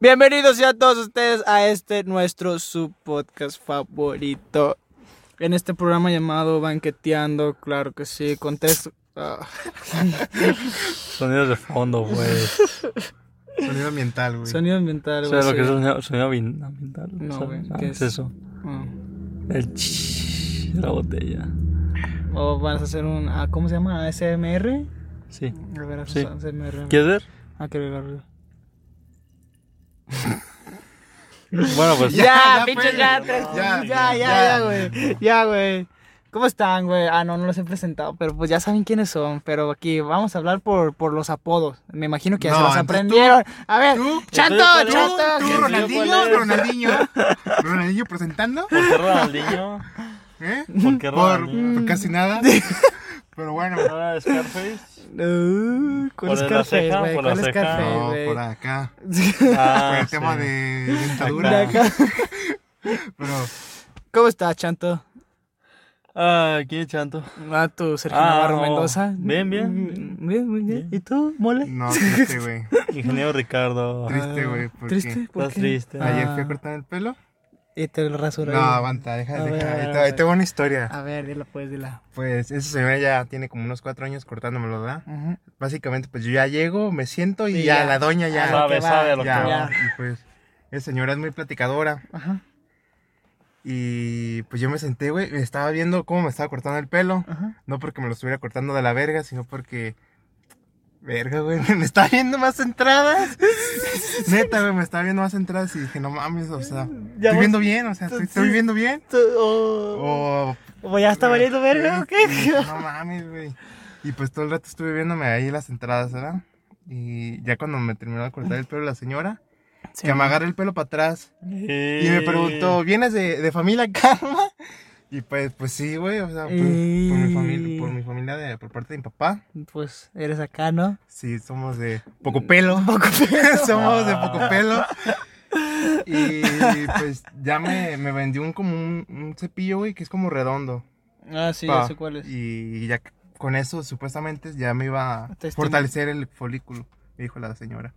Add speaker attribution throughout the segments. Speaker 1: Bienvenidos ya todos ustedes a este nuestro subpodcast favorito. En este programa llamado Banqueteando, claro que sí, contesto. ah,
Speaker 2: Sonidos de fondo, güey.
Speaker 3: Sonido ambiental, güey.
Speaker 1: sonido ambiental,
Speaker 2: O
Speaker 1: güey.
Speaker 2: sea, lo que es
Speaker 1: sí.
Speaker 2: sonido, sonido ambi- ambiental.
Speaker 1: No,
Speaker 2: ¿sabes?
Speaker 1: güey,
Speaker 2: Ah,
Speaker 1: ¿qué
Speaker 2: ¿qué
Speaker 1: es?
Speaker 2: es eso?
Speaker 1: Ah.
Speaker 2: El ch- la botella.
Speaker 1: O vas a hacer un. ah, ¿Cómo se llama? ¿ASMR?
Speaker 2: Sí.
Speaker 1: A ver,
Speaker 2: Sí.
Speaker 1: ASMR.
Speaker 2: ¿Quieres
Speaker 1: Ah, que verga.
Speaker 2: ver? Bueno, pues.
Speaker 1: Ya,
Speaker 3: Ya,
Speaker 1: pinche
Speaker 3: pues,
Speaker 1: ya,
Speaker 3: ya,
Speaker 1: tres- ya,
Speaker 3: ya,
Speaker 1: ya,
Speaker 3: ya.
Speaker 1: ya, güey. Ya, güey. ¿Cómo están, güey? Ah, no, no los he presentado, pero pues ya saben quiénes son. Pero aquí vamos a hablar por, por los apodos. Me imagino que ya se
Speaker 3: No,
Speaker 1: los
Speaker 3: entonces tú-
Speaker 1: aprendieron. a ver,
Speaker 3: tú-
Speaker 1: chato,
Speaker 2: entonces,
Speaker 3: ¿Tú,
Speaker 1: chato.
Speaker 3: tú,
Speaker 2: ¿Quién
Speaker 3: Ronaldinho,
Speaker 2: cuál es?
Speaker 3: Ronaldinho. Ronaldinho presentando,
Speaker 2: ¿Por qué Ronaldinho?
Speaker 3: ¿eh?
Speaker 2: ¿Por qué
Speaker 3: Por,
Speaker 2: Ronaldinho?
Speaker 1: Mm.
Speaker 3: por casi nada. Pero bueno.
Speaker 2: Ah, Scarface?
Speaker 1: Uh, ¿Cuál
Speaker 2: ¿Por
Speaker 1: es
Speaker 2: la
Speaker 1: Carface,
Speaker 2: ceja?
Speaker 1: güey?
Speaker 2: ¿Por la
Speaker 1: ¿Cuál es
Speaker 2: ceja?
Speaker 1: Carface,
Speaker 3: No,
Speaker 1: güey?
Speaker 3: por acá.
Speaker 2: Ah,
Speaker 3: por el
Speaker 2: sí.
Speaker 3: tema de
Speaker 1: De
Speaker 3: dentadura.
Speaker 1: acá.
Speaker 3: Pero
Speaker 1: ¿Cómo estás, chanto?
Speaker 2: Ah, ¿quién es Chanto?
Speaker 1: Ah, tú, Sergio
Speaker 2: Ah,
Speaker 1: Navarro
Speaker 2: no.
Speaker 1: Mendoza.
Speaker 2: Bien, bien.
Speaker 1: Mm, Bien, muy bien.
Speaker 2: Bien.
Speaker 1: ¿Y tú, mole?
Speaker 3: no, triste, güey.
Speaker 2: Ingeniero Ricardo.
Speaker 3: Triste, güey. porque
Speaker 1: Ah, ¿Triste? ¿Por
Speaker 2: Estás
Speaker 1: qué?
Speaker 2: triste.
Speaker 1: Ah.
Speaker 3: Ayer fui a cortar el pelo.
Speaker 1: Y te lo
Speaker 3: No,
Speaker 1: rasuraron.
Speaker 3: aguanta, deja,
Speaker 1: A ver,
Speaker 3: deja.
Speaker 1: a ver,
Speaker 3: Ahí
Speaker 1: a
Speaker 3: te- ahí
Speaker 1: ver.
Speaker 3: te va una historia.
Speaker 1: A ver, dila pues, dila.
Speaker 3: Pues esa señora ya tiene como unos cuatro años cortándomelo, ¿verdad?
Speaker 1: Ajá.
Speaker 3: Básicamente, pues yo ya llego, me siento y,
Speaker 1: Y
Speaker 3: ya,
Speaker 1: ya.
Speaker 3: la doña ya.
Speaker 1: Ah,
Speaker 2: Sabe,
Speaker 1: que va,
Speaker 2: sabe lo que
Speaker 3: ya,
Speaker 2: va.
Speaker 3: Y pues, esa señora es muy platicadora.
Speaker 1: Ajá.
Speaker 3: Y pues yo me senté, güey, me estaba viendo cómo me estaba cortando el pelo.
Speaker 1: Ajá.
Speaker 3: No porque me lo estuviera cortando de la verga, sino porque. Verga, güey, me está viendo más entradas. Neta, güey, me está viendo más entradas y dije, no mames, o sea,
Speaker 1: Ya vas-
Speaker 3: estoy viendo bien, o sea, estoy, estoy
Speaker 1: Sí.
Speaker 3: viendo bien.
Speaker 1: O
Speaker 3: O
Speaker 1: ya está valiendo verga o qué?
Speaker 3: Sí, No mames, güey. Y pues todo el rato estuve viéndome ahí las entradas, ¿verdad? Y ya cuando me terminó de cortar el pelo la señora, que me agarra el pelo para atrás.
Speaker 2: Ah.
Speaker 3: Y me preguntó, ¿vienes de, de familia Karma? Y pues, pues sí, güey, o sea, pues, por mi familia, por mi familia de, por parte de mi papá.
Speaker 1: Pues eres acá, ¿no?
Speaker 3: Sí, somos de poco pelo. somos de poco pelo. Y pues ya me, me vendió un como un, un cepillo, güey, que es como redondo.
Speaker 1: Ah, sí,
Speaker 3: Pa,
Speaker 1: ya sé cuál es.
Speaker 3: Y ya con eso supuestamente ya me iba a
Speaker 1: Te estima-
Speaker 3: fortalecer el folículo, me dijo la señora.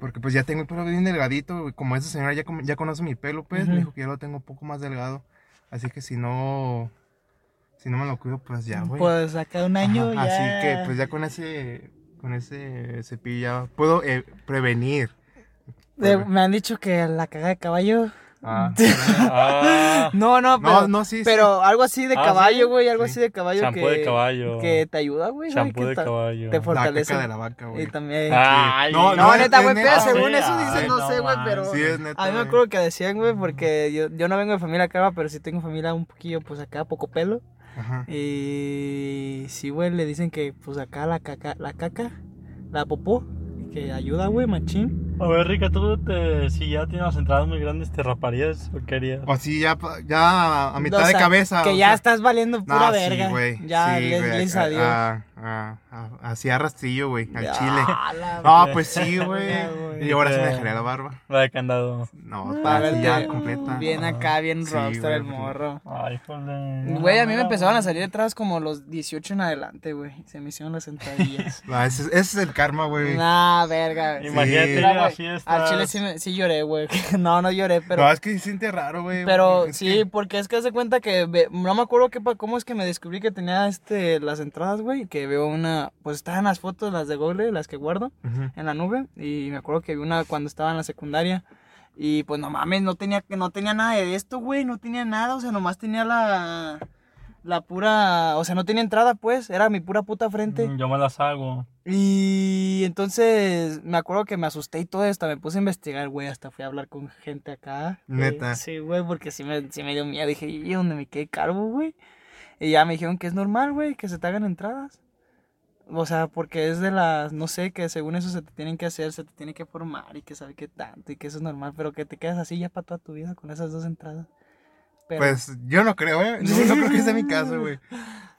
Speaker 3: Porque pues ya tengo el pelo bien delgadito, güey, como esa señora ya, com- ya conoce mi pelo, pues
Speaker 1: Ujú.
Speaker 3: me dijo que ya lo tengo un poco más delgado. Así que si no, si no me lo cuido, pues ya, güey.
Speaker 1: pues acá un año
Speaker 3: Ajá,
Speaker 1: ya.
Speaker 3: Así que pues ya con ese, con ese cepillo ya puedo eh, prevenir.
Speaker 1: De- me han dicho que la cagada de caballo.
Speaker 3: Ah.
Speaker 2: Ah,
Speaker 1: No, no, pero.
Speaker 3: no, no, sí, sí.
Speaker 1: Pero algo así de
Speaker 2: Ah,
Speaker 1: caballo,
Speaker 2: ¿sí?
Speaker 1: güey, algo
Speaker 3: Sí.
Speaker 1: así de caballo
Speaker 2: champú
Speaker 1: que,
Speaker 2: de caballo.
Speaker 1: que te ayuda, güey. ¿sabes?
Speaker 2: Champú
Speaker 1: Que
Speaker 2: de
Speaker 1: ta-
Speaker 2: caballo. Ah.
Speaker 1: te
Speaker 3: la
Speaker 1: fortalece.
Speaker 3: caca de la vaca, güey.
Speaker 1: Y también.
Speaker 2: Ay,
Speaker 3: No,
Speaker 1: No,
Speaker 3: es-
Speaker 1: neta,
Speaker 3: es
Speaker 1: güey,
Speaker 3: neta,
Speaker 1: pero
Speaker 3: sí,
Speaker 1: según eso
Speaker 2: ay,
Speaker 1: dicen, no
Speaker 2: no
Speaker 1: sé, güey,
Speaker 2: manches.
Speaker 1: pero.
Speaker 3: Sí, es neta,
Speaker 1: A mí me
Speaker 3: güey.
Speaker 1: acuerdo que decían, güey, porque yo, yo no vengo de familia cara, pero sí tengo familia un poquillo, pues acá, poco pelo.
Speaker 3: Ajá.
Speaker 1: Eh, Y sí, güey, le dicen que pues acá la caca, la caca, la popó, que ayuda, güey, machín.
Speaker 2: A ver, Rica, tú te, si ya tienes las entradas muy grandes, ¿te raparías o querías?
Speaker 3: O así ya, pa- ya a mitad
Speaker 1: O sea,
Speaker 3: de cabeza.
Speaker 1: Que
Speaker 3: Ah, o
Speaker 1: ya
Speaker 3: sea.
Speaker 1: estás valiendo
Speaker 3: No,
Speaker 1: pura
Speaker 3: sí,
Speaker 1: verga.
Speaker 3: güey,
Speaker 1: ya,
Speaker 3: sí,
Speaker 1: les,
Speaker 3: güey,
Speaker 1: les
Speaker 3: a-
Speaker 1: adiós.
Speaker 3: a- a- a- Así a rastrillo, güey, al
Speaker 1: Ah,
Speaker 3: chile.
Speaker 1: la
Speaker 3: No,
Speaker 1: verga,
Speaker 3: pues sí, güey.
Speaker 1: güey.
Speaker 3: Y ahora sí me
Speaker 2: Eh.
Speaker 3: dejaría la barba.
Speaker 2: La de candado.
Speaker 3: No,
Speaker 1: Para
Speaker 3: así
Speaker 1: verte
Speaker 3: ya completa.
Speaker 1: Bien acá, bien
Speaker 3: Sí,
Speaker 1: rockstar
Speaker 3: güey,
Speaker 1: el
Speaker 3: pues,
Speaker 1: morro.
Speaker 2: Ay, joder.
Speaker 1: Güey, a mí me empezaron a salir atrás como los 18 en adelante, güey. Se me hicieron las sentadillas.
Speaker 3: No, ese, es- ese es el karma, güey.
Speaker 1: nah, verga. güey.
Speaker 2: Imagínate
Speaker 3: Sí.
Speaker 2: ir
Speaker 1: Mira,
Speaker 2: a la
Speaker 1: güey,
Speaker 2: fiesta.
Speaker 1: Al chile sí, me- sí lloré, güey. No, no lloré, pero.
Speaker 3: no, es que se siente raro, güey.
Speaker 1: Pero
Speaker 3: Es
Speaker 1: sí, porque es que hace cuenta que ve- no me acuerdo qué, pa- cómo es que me descubrí que tenía este las entradas, güey, que veo una, pues estaban las fotos, las de Google, las que guardo
Speaker 3: que- Ujú.
Speaker 1: en la nube y me acuerdo que vi una cuando estaba en la secundaria y pues no mames, no tenía no tenía nada de esto, güey, no tenía nada, o sea, nomás tenía la la pura, o sea, no tenía entrada, pues, era mi pura puta frente.
Speaker 2: Mm, Yo me las hago.
Speaker 1: Y entonces me acuerdo que me asusté y todo esto, me puse a investigar, güey, hasta fui a hablar con gente acá. eh,
Speaker 3: Neta.
Speaker 1: sí, güey, porque sí me, sí me dio miedo. Dije, ¿y dónde me quedé calvo, güey? Y ya me dijeron que es normal, güey, que se te hagan entradas. O sea, porque es de las, no sé, que según eso se te tienen que hacer, se te tiene que formar y que sabe qué tanto y que eso es normal, pero que te quedas así ya para toda tu vida con esas dos entradas. Pero,
Speaker 3: Pues yo no creo, ¿eh? No, no creo que sea mi caso, güey.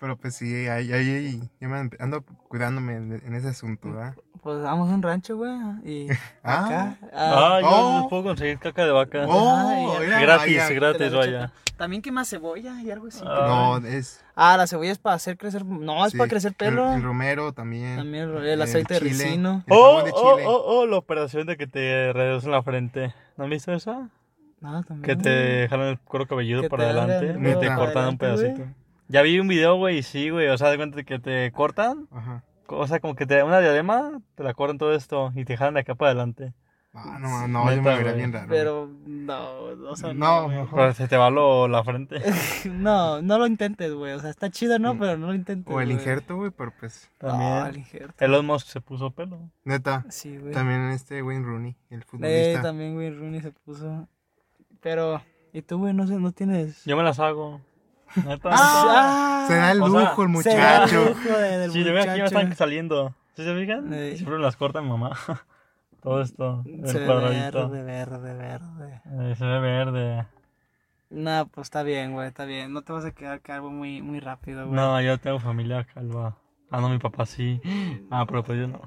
Speaker 3: Pero pues sí, ahí, ahí yo me ando cuidándome en, en ese asunto, ¿verdad?
Speaker 1: pues vamos a un rancho, güey. Y
Speaker 3: Ah.
Speaker 1: acá. ah,
Speaker 2: Ah, yo
Speaker 3: Oh.
Speaker 2: les puedo conseguir caca de vaca.
Speaker 3: Oh,
Speaker 1: Ay,
Speaker 3: era
Speaker 2: gratis,
Speaker 3: vaya.
Speaker 1: te
Speaker 2: gratis,
Speaker 1: la
Speaker 2: vaya.
Speaker 1: También quema cebolla y algo así.
Speaker 2: Ah.
Speaker 3: No, es.
Speaker 1: Ah, la cebolla es para hacer crecer. No, es
Speaker 3: sí,
Speaker 1: para crecer pelo.
Speaker 3: El, el romero también.
Speaker 1: También el, aceite de
Speaker 3: chile,
Speaker 1: ricino.
Speaker 3: El
Speaker 2: Oh,
Speaker 3: jabón de
Speaker 2: oh,
Speaker 3: chile.
Speaker 2: oh, oh, la operación de que te reducen la frente. ¿No han visto esa?
Speaker 1: Ah, también.
Speaker 2: Que te jalan el cuero
Speaker 1: Que
Speaker 2: cabelludo para
Speaker 1: te jalan
Speaker 2: adelante
Speaker 1: el
Speaker 2: y
Speaker 3: cuero
Speaker 2: te
Speaker 3: para
Speaker 2: cortan un
Speaker 1: adelante,
Speaker 2: pedacito. Ya vi un video, güey, y sí, güey. O sea, de cuenta que te cortan.
Speaker 3: Ajá.
Speaker 2: O sea, como que te una diadema, te la cortan todo esto y te jalan de acá para adelante.
Speaker 3: Ah, no, no, yo
Speaker 2: Neta,
Speaker 3: me vería
Speaker 2: güey.
Speaker 3: bien raro. güey.
Speaker 1: Pero no, o sea,
Speaker 3: No,
Speaker 1: no. güey.
Speaker 3: mejor.
Speaker 2: Pero se te va lo, la frente.
Speaker 1: No, no lo intentes, güey. O sea, está chido, ¿no?
Speaker 3: Mm.
Speaker 1: Pero no lo intentes.
Speaker 3: O el
Speaker 1: güey.
Speaker 3: injerto, güey, pero pues.
Speaker 1: Ah, el
Speaker 2: También.
Speaker 1: injerto.
Speaker 2: Elon Musk se puso pelo.
Speaker 3: Neta.
Speaker 1: Sí, güey.
Speaker 3: También este Wayne Rooney, el
Speaker 1: Eh,
Speaker 3: futbolista.
Speaker 1: también, güey, Rooney se puso. Pero, ¿y tú, güey? No sé, no tienes.
Speaker 2: Yo me las hago. Neta.
Speaker 1: Ah,
Speaker 3: Se da el
Speaker 2: O sea,
Speaker 3: lujo el
Speaker 1: se da el
Speaker 3: muchacho.
Speaker 1: lujo de- del
Speaker 2: Sí, de verdad aquí me
Speaker 1: muchacho.
Speaker 2: están saliendo. ¿Sí se fijan?
Speaker 1: Ey.
Speaker 2: Siempre me las corta mi mamá. Todo esto. El
Speaker 1: Se ve
Speaker 2: cuadradito.
Speaker 1: verde, verde, verde. Ah,
Speaker 2: Eh, se ve verde.
Speaker 1: No, pues está bien, güey, está bien. No te vas a quedar calvo muy, muy rápido, güey.
Speaker 2: No, yo tengo familia calva. Ah, no, mi papá sí. Ah, pero pues yo no.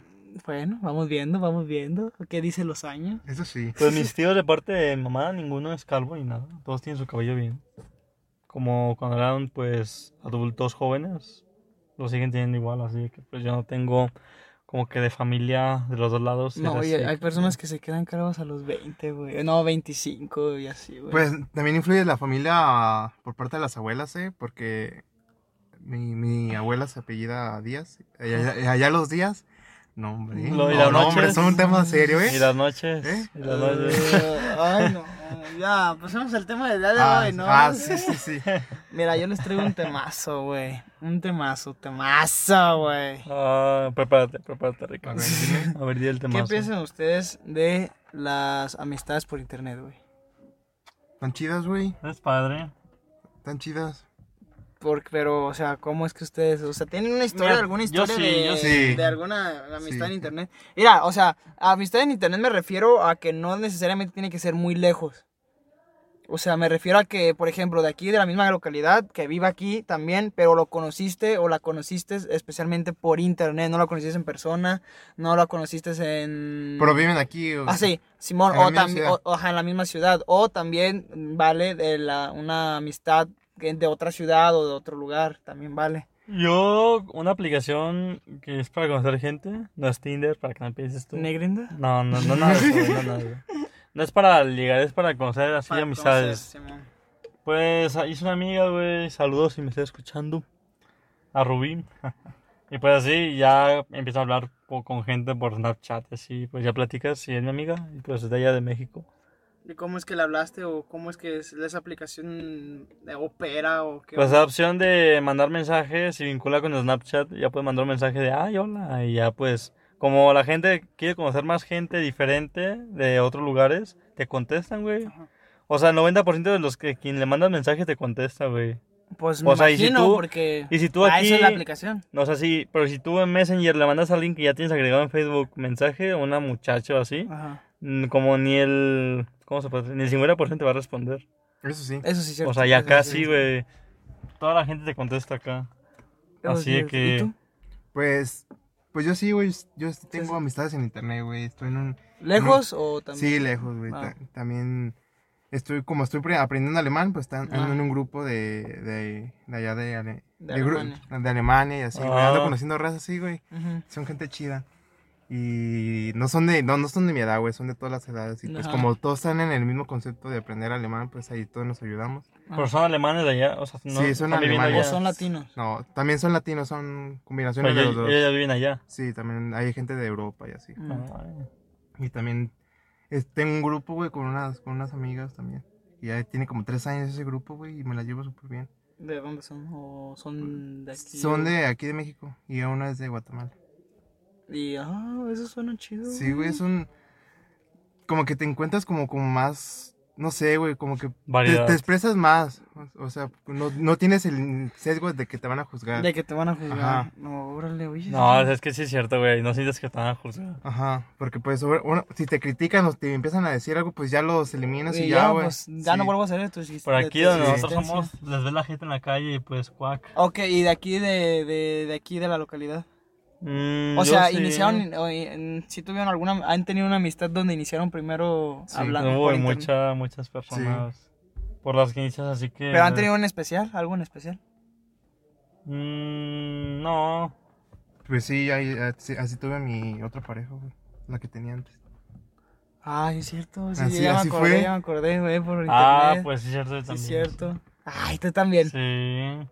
Speaker 1: Bueno, vamos viendo, vamos viendo. ¿Qué dicen los años?
Speaker 3: Eso sí.
Speaker 2: Pues mis tíos de parte de mi mamá, ninguno es calvo ni nada. Todos tienen su cabello bien. Como cuando eran, pues, adultos jóvenes, lo siguen teniendo igual. Así que, pues, yo no tengo como que de familia de los dos lados.
Speaker 1: No,
Speaker 2: es
Speaker 1: oye,
Speaker 2: así.
Speaker 1: hay personas que se quedan calvos a los 20, güey. No, 25 y así, güey.
Speaker 3: Pues también influye la familia por parte de las abuelas, ¿eh? Porque mi, mi abuela se apellida Díaz. Allá, allá los días. No, hombre.
Speaker 2: Lo- y
Speaker 3: no,
Speaker 2: las
Speaker 3: no, hombre,
Speaker 2: noches.
Speaker 3: son un tema serio, ¿eh?
Speaker 2: Y las noches.
Speaker 3: ¿Eh?
Speaker 2: y las noches.
Speaker 1: Eh, ay, no. Ya, pasemos al tema del día de
Speaker 3: Ah,
Speaker 1: hoy, ¿no?
Speaker 3: ah, sí, sí, sí.
Speaker 1: Mira, yo les traigo un temazo, güey. Un temazo, temazo, güey.
Speaker 2: Ah, prepárate, prepárate,
Speaker 3: A
Speaker 2: Ricardo.
Speaker 3: ver, dime.
Speaker 2: A ver, di el tema.
Speaker 1: ¿Qué piensan ustedes de las amistades por internet, güey?
Speaker 3: Tan chidas, güey.
Speaker 2: Es padre.
Speaker 3: Tan chidas.
Speaker 1: Por- pero, o sea, ¿cómo es que ustedes, o sea, tienen una historia,
Speaker 2: Mira,
Speaker 1: alguna
Speaker 2: yo
Speaker 1: historia
Speaker 2: sí,
Speaker 1: de,
Speaker 2: yo
Speaker 3: sí.
Speaker 1: de alguna amistad
Speaker 3: Sí.
Speaker 1: en internet? Mira, o sea, amistad en internet me refiero a que no necesariamente tiene que ser muy lejos. O sea, me refiero a que, por ejemplo, de aquí, de la misma localidad, que viva aquí también, pero lo conociste o la conociste especialmente por internet, no la conociste en persona, no la conociste en...
Speaker 3: Pero viven aquí. o-
Speaker 1: Mm. Ah, sí, Simón,
Speaker 3: En la
Speaker 1: o,
Speaker 3: misma
Speaker 1: tam-
Speaker 3: ciudad.
Speaker 1: o- o, ajá, en la misma ciudad. O también mm, vale de la, una amistad que- de otra ciudad o de otro lugar, también vale.
Speaker 2: Yo, una aplicación que es para conocer gente, no es Tinder, para que no pienses tú.
Speaker 1: ¿Negrinda?
Speaker 2: No, no, no, nada de eso, güey, no, nada de eso. No es para ligar, es para conocer así
Speaker 1: Para
Speaker 2: amistades.
Speaker 1: conocer, Simón.
Speaker 2: Pues ah, hice una amiga, güey, saludos si me está escuchando. A Rubín. y pues así, ya empiezo a hablar po- con gente por Snapchat, así, pues ya platicas, y es mi amiga, y pues es de allá de México.
Speaker 1: ¿Y cómo es que le hablaste o cómo es que es- esa aplicación eh, opera o qué?
Speaker 2: Pues la opción de mandar mensajes se vincula con Snapchat, ya puedes mandar un mensaje de, ay, hola, y ya pues, como la gente quiere conocer más gente diferente de otros lugares, te contestan, güey.
Speaker 1: Ajá.
Speaker 2: O sea, el 90% de los que quien le manda mensaje te contesta, güey.
Speaker 1: Pues
Speaker 2: o sea, y si tú-
Speaker 1: porque
Speaker 2: Y si tú
Speaker 1: para
Speaker 2: aquí,
Speaker 1: Ah, eso es la aplicación.
Speaker 2: no sé si, pero si tú en Messenger le mandas a alguien que ya tienes agregado en Facebook mensaje, a una muchacha o así,
Speaker 1: Ajá.
Speaker 2: mm, como ni el, ¿cómo se puede decir? Ni el 50% te va a responder.
Speaker 3: Eso sí.
Speaker 1: Eso sí es cierto.
Speaker 2: O sea, ya
Speaker 1: eso sí es
Speaker 2: casi,
Speaker 1: cierto.
Speaker 2: güey. Toda la gente te contesta acá.
Speaker 1: Eso sí es
Speaker 2: Así de que...
Speaker 1: cierto. ¿Y
Speaker 3: Pues, pues yo sí, güey. Yo sí tengo
Speaker 1: sí.
Speaker 3: amistades en internet, güey. Estoy en un.
Speaker 1: tú? ¿Lejos o también?
Speaker 3: Sí, lejos, güey.
Speaker 1: Ah.
Speaker 3: Ta- También estoy, como estoy pre- aprendiendo alemán, pues están
Speaker 1: Ah.
Speaker 3: en un grupo de, de, de allá de, Ale-
Speaker 1: De
Speaker 3: de gru-
Speaker 1: Alemania.
Speaker 3: de Alemania y así, güey.
Speaker 2: Ah.
Speaker 3: Ando conociendo razas así, güey.
Speaker 1: Ujú.
Speaker 3: Son gente chida. Y no son de, no, no son de mi edad, güey, son de todas las edades. Y pues
Speaker 1: Ajá.
Speaker 3: como todos están en el mismo concepto de aprender alemán, pues ahí todos nos ayudamos.
Speaker 1: Ah.
Speaker 2: Pero son alemanes de allá, o sea, no
Speaker 3: Sí, son
Speaker 2: están viviendo
Speaker 3: alemanes.
Speaker 1: O
Speaker 2: allá.
Speaker 1: son latinos.
Speaker 3: No, también son latinos, son combinaciones
Speaker 2: Pero
Speaker 3: de
Speaker 2: ellos-
Speaker 3: los dos.
Speaker 1: eh,
Speaker 2: ellos viven allá. Ah,
Speaker 3: Sí, también hay gente de Europa y así.
Speaker 1: Mm.
Speaker 3: Y también es- tengo un grupo, güey, con unas, con unas amigas también. Y ya tiene como tres años ese grupo, güey, y me la llevo súper bien.
Speaker 1: Mm. ¿De dónde son? ¿O son de aquí?
Speaker 3: Son de aquí de México y una es de Guatemala.
Speaker 1: Y, ah, eso suena chido.
Speaker 3: Sí, güey, es un... Como que te encuentras como, como más... no sé, güey, como que te,
Speaker 2: Variedad.
Speaker 3: te expresas más. O o sea, no, no tienes el sesgo de que te van a juzgar.
Speaker 1: De que te van a juzgar.
Speaker 3: Ajá.
Speaker 1: No, órale, oye.
Speaker 2: No, es que sí es cierto, güey. No sientes que están a juzgar.
Speaker 3: Ajá, porque pues sobre- bueno, si te critican o te empiezan a decir algo, pues ya los eliminas y,
Speaker 1: Y
Speaker 3: ya,
Speaker 1: ya,
Speaker 3: güey.
Speaker 1: pues, ya no
Speaker 3: Sí.
Speaker 1: vuelvo a hacer esto. sí,
Speaker 2: Por
Speaker 1: de-
Speaker 2: aquí
Speaker 1: de-
Speaker 2: donde
Speaker 1: de-
Speaker 2: nosotros
Speaker 1: existencia.
Speaker 2: somos, les ves la gente en la calle y pues cuac.
Speaker 1: Ok, y de aquí, de, de, de aquí de la localidad.
Speaker 2: Mm,
Speaker 1: O
Speaker 2: yo
Speaker 1: sea,
Speaker 2: sí.
Speaker 1: iniciaron, o, en- si tuvieron alguna, han tenido una amistad donde iniciaron primero
Speaker 2: Sí,
Speaker 1: hablando.
Speaker 2: hubo
Speaker 1: por
Speaker 2: de
Speaker 1: internet.
Speaker 2: mucha- muchas personas por las que inicias, así que.
Speaker 1: Pero han tenido un especial, algo en especial.
Speaker 2: Mm, no.
Speaker 3: Pues sí, ahí- así, así tuve mi otra pareja, güey. La que tenía antes.
Speaker 1: Ay, es cierto. Ah, Sí,
Speaker 3: Así-
Speaker 1: ya
Speaker 3: así
Speaker 1: me acordé,
Speaker 3: fue.
Speaker 1: ya me acordé, güey, por internet.
Speaker 2: Ah, pues sí, es cierto. yo
Speaker 1: Sí,
Speaker 2: también.
Speaker 1: cierto. Ay, tú también.
Speaker 2: Sí.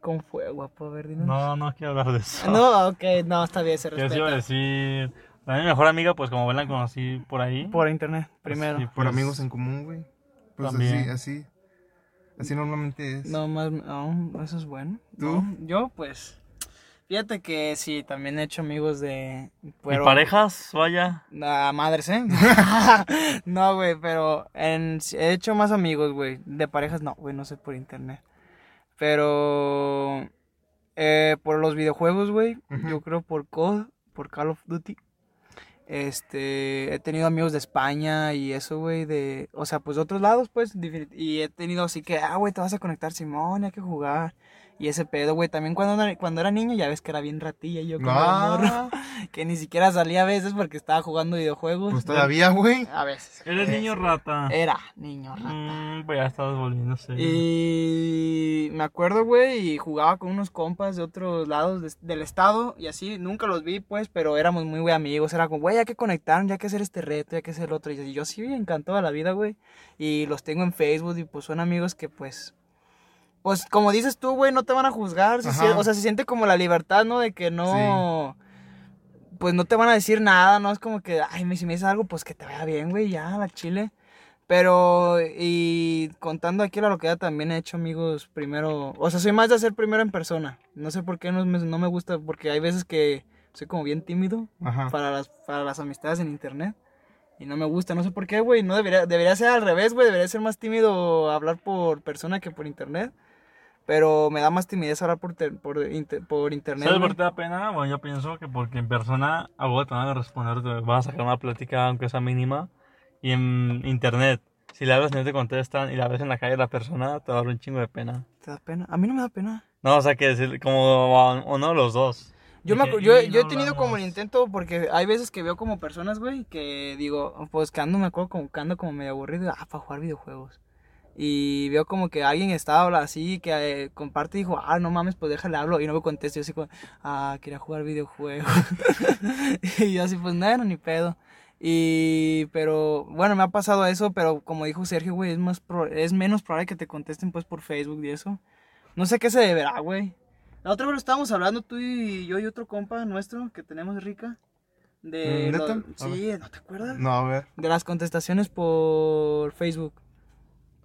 Speaker 1: Con fuego, guapo, a ver, dinos.
Speaker 2: No, no quiero hablar de eso.
Speaker 1: No, ok, no, está bien, se
Speaker 2: Yo sí iba
Speaker 1: respeta.
Speaker 2: a decir. A mi mejor amiga, pues como ven, la conocí por ahí.
Speaker 1: Por internet, primero.
Speaker 2: Sí,
Speaker 3: Por
Speaker 2: Mm. pues,
Speaker 3: amigos en común, güey. Pues
Speaker 2: También.
Speaker 3: así, así. Así normalmente es.
Speaker 1: No, más, no, eso es bueno.
Speaker 3: ¿Tú?
Speaker 1: No, yo, pues, fíjate que sí, también he hecho amigos de...
Speaker 2: ¿Y
Speaker 1: Pues, pero-
Speaker 2: parejas? Vaya.
Speaker 1: Ah, madres, ¿eh? no, güey, pero en- he hecho más amigos, güey. De parejas, no, güey, no sé por internet. Pero eh, por los videojuegos, güey.
Speaker 3: Ujú.
Speaker 1: Yo creo por COD, por Call of Duty. Este, he tenido amigos de España y eso, güey, de, o sea, pues de otros lados, pues, difer- y he tenido así que, ah, güey, te vas a conectar, Simón, hay que jugar, y ese pedo, güey, también cuando era, cuando era niño, ya ves que era bien ratilla, yo como era morro
Speaker 3: Ah,
Speaker 1: que ni siquiera salía a veces porque estaba jugando videojuegos.
Speaker 3: pues todavía, güey.
Speaker 1: A veces.
Speaker 2: Eres niño rata.
Speaker 1: Era niño rata.
Speaker 2: Mm, pues ya estabas volviéndose.
Speaker 1: Y me acuerdo, güey, y jugaba con unos compas de otros lados des- del estado y así, nunca los vi, pues, pero éramos muy, güey, amigos. Era como, güey, ya que conectaron, ya que hacer este reto, ya que hacer el otro. Y yo sí, encantado de la vida, güey. Y los tengo en Facebook y pues son amigos que, pues, pues, como dices tú, güey, no te van a juzgar. se
Speaker 3: Ajá.
Speaker 1: sien- o sea, se siente como la libertad, ¿no? De que no. Pues no te van a decir nada, ¿no? Es como que, ay, me- si me dices algo, pues que te vaya bien, güey, ya, a la chile. Pero, y contando aquí la localidad, también he hecho amigos primero. O sea, soy más de hacer primero en persona. No sé por qué no me, no me gusta, porque hay veces que soy como bien tímido
Speaker 3: Ajá.
Speaker 1: para las, para las amistades en internet. Y no me gusta, no sé por qué, güey. No debería, debería ser al revés, güey. Debería ser más tímido hablar por persona que por internet. Pero me da más timidez hablar por, ter- por, inter- por internet.
Speaker 2: ¿Sabes
Speaker 1: güey.
Speaker 2: por qué te da pena? Bueno, yo pienso que porque en persona a vos te van a responder, te vas a sacar una plática, aunque sea mínima, y en internet, si le hablas y no te contestan y la ves en la calle la persona, te va a dar un chingo de pena.
Speaker 1: ¿Te da pena? A mí no me da pena.
Speaker 2: No, o sea, que decir como o no los dos.
Speaker 1: Yo, me,
Speaker 2: De que,
Speaker 1: acu- yo,
Speaker 2: "Ey,
Speaker 1: yo he
Speaker 2: no
Speaker 1: tenido como el
Speaker 2: hablamos".
Speaker 1: intento, porque hay veces que veo como personas, güey, que digo, pues que ando, me acuerdo, como que ando como medio aburrido, ah, para jugar videojuegos. Y veo como que alguien está habla así, que eh, comparte y dijo, ah, no mames, pues déjale hablo. Y no me contesta, yo así como, ah, quería jugar videojuegos. y yo así, pues no, ni pedo. Y, pero, bueno, me ha pasado eso, pero como dijo Sergio, güey, es, más pro- es menos probable que te contesten, pues, por Facebook y eso. No sé a qué se deberá, güey. La otra vez lo estábamos hablando tú y yo y otro compa nuestro que tenemos rica. De
Speaker 3: Mm,
Speaker 1: lo-
Speaker 3: ¿neta? A
Speaker 1: sí, ¿no te acuerdas?
Speaker 3: No, a ver.
Speaker 1: De las contestaciones por Facebook.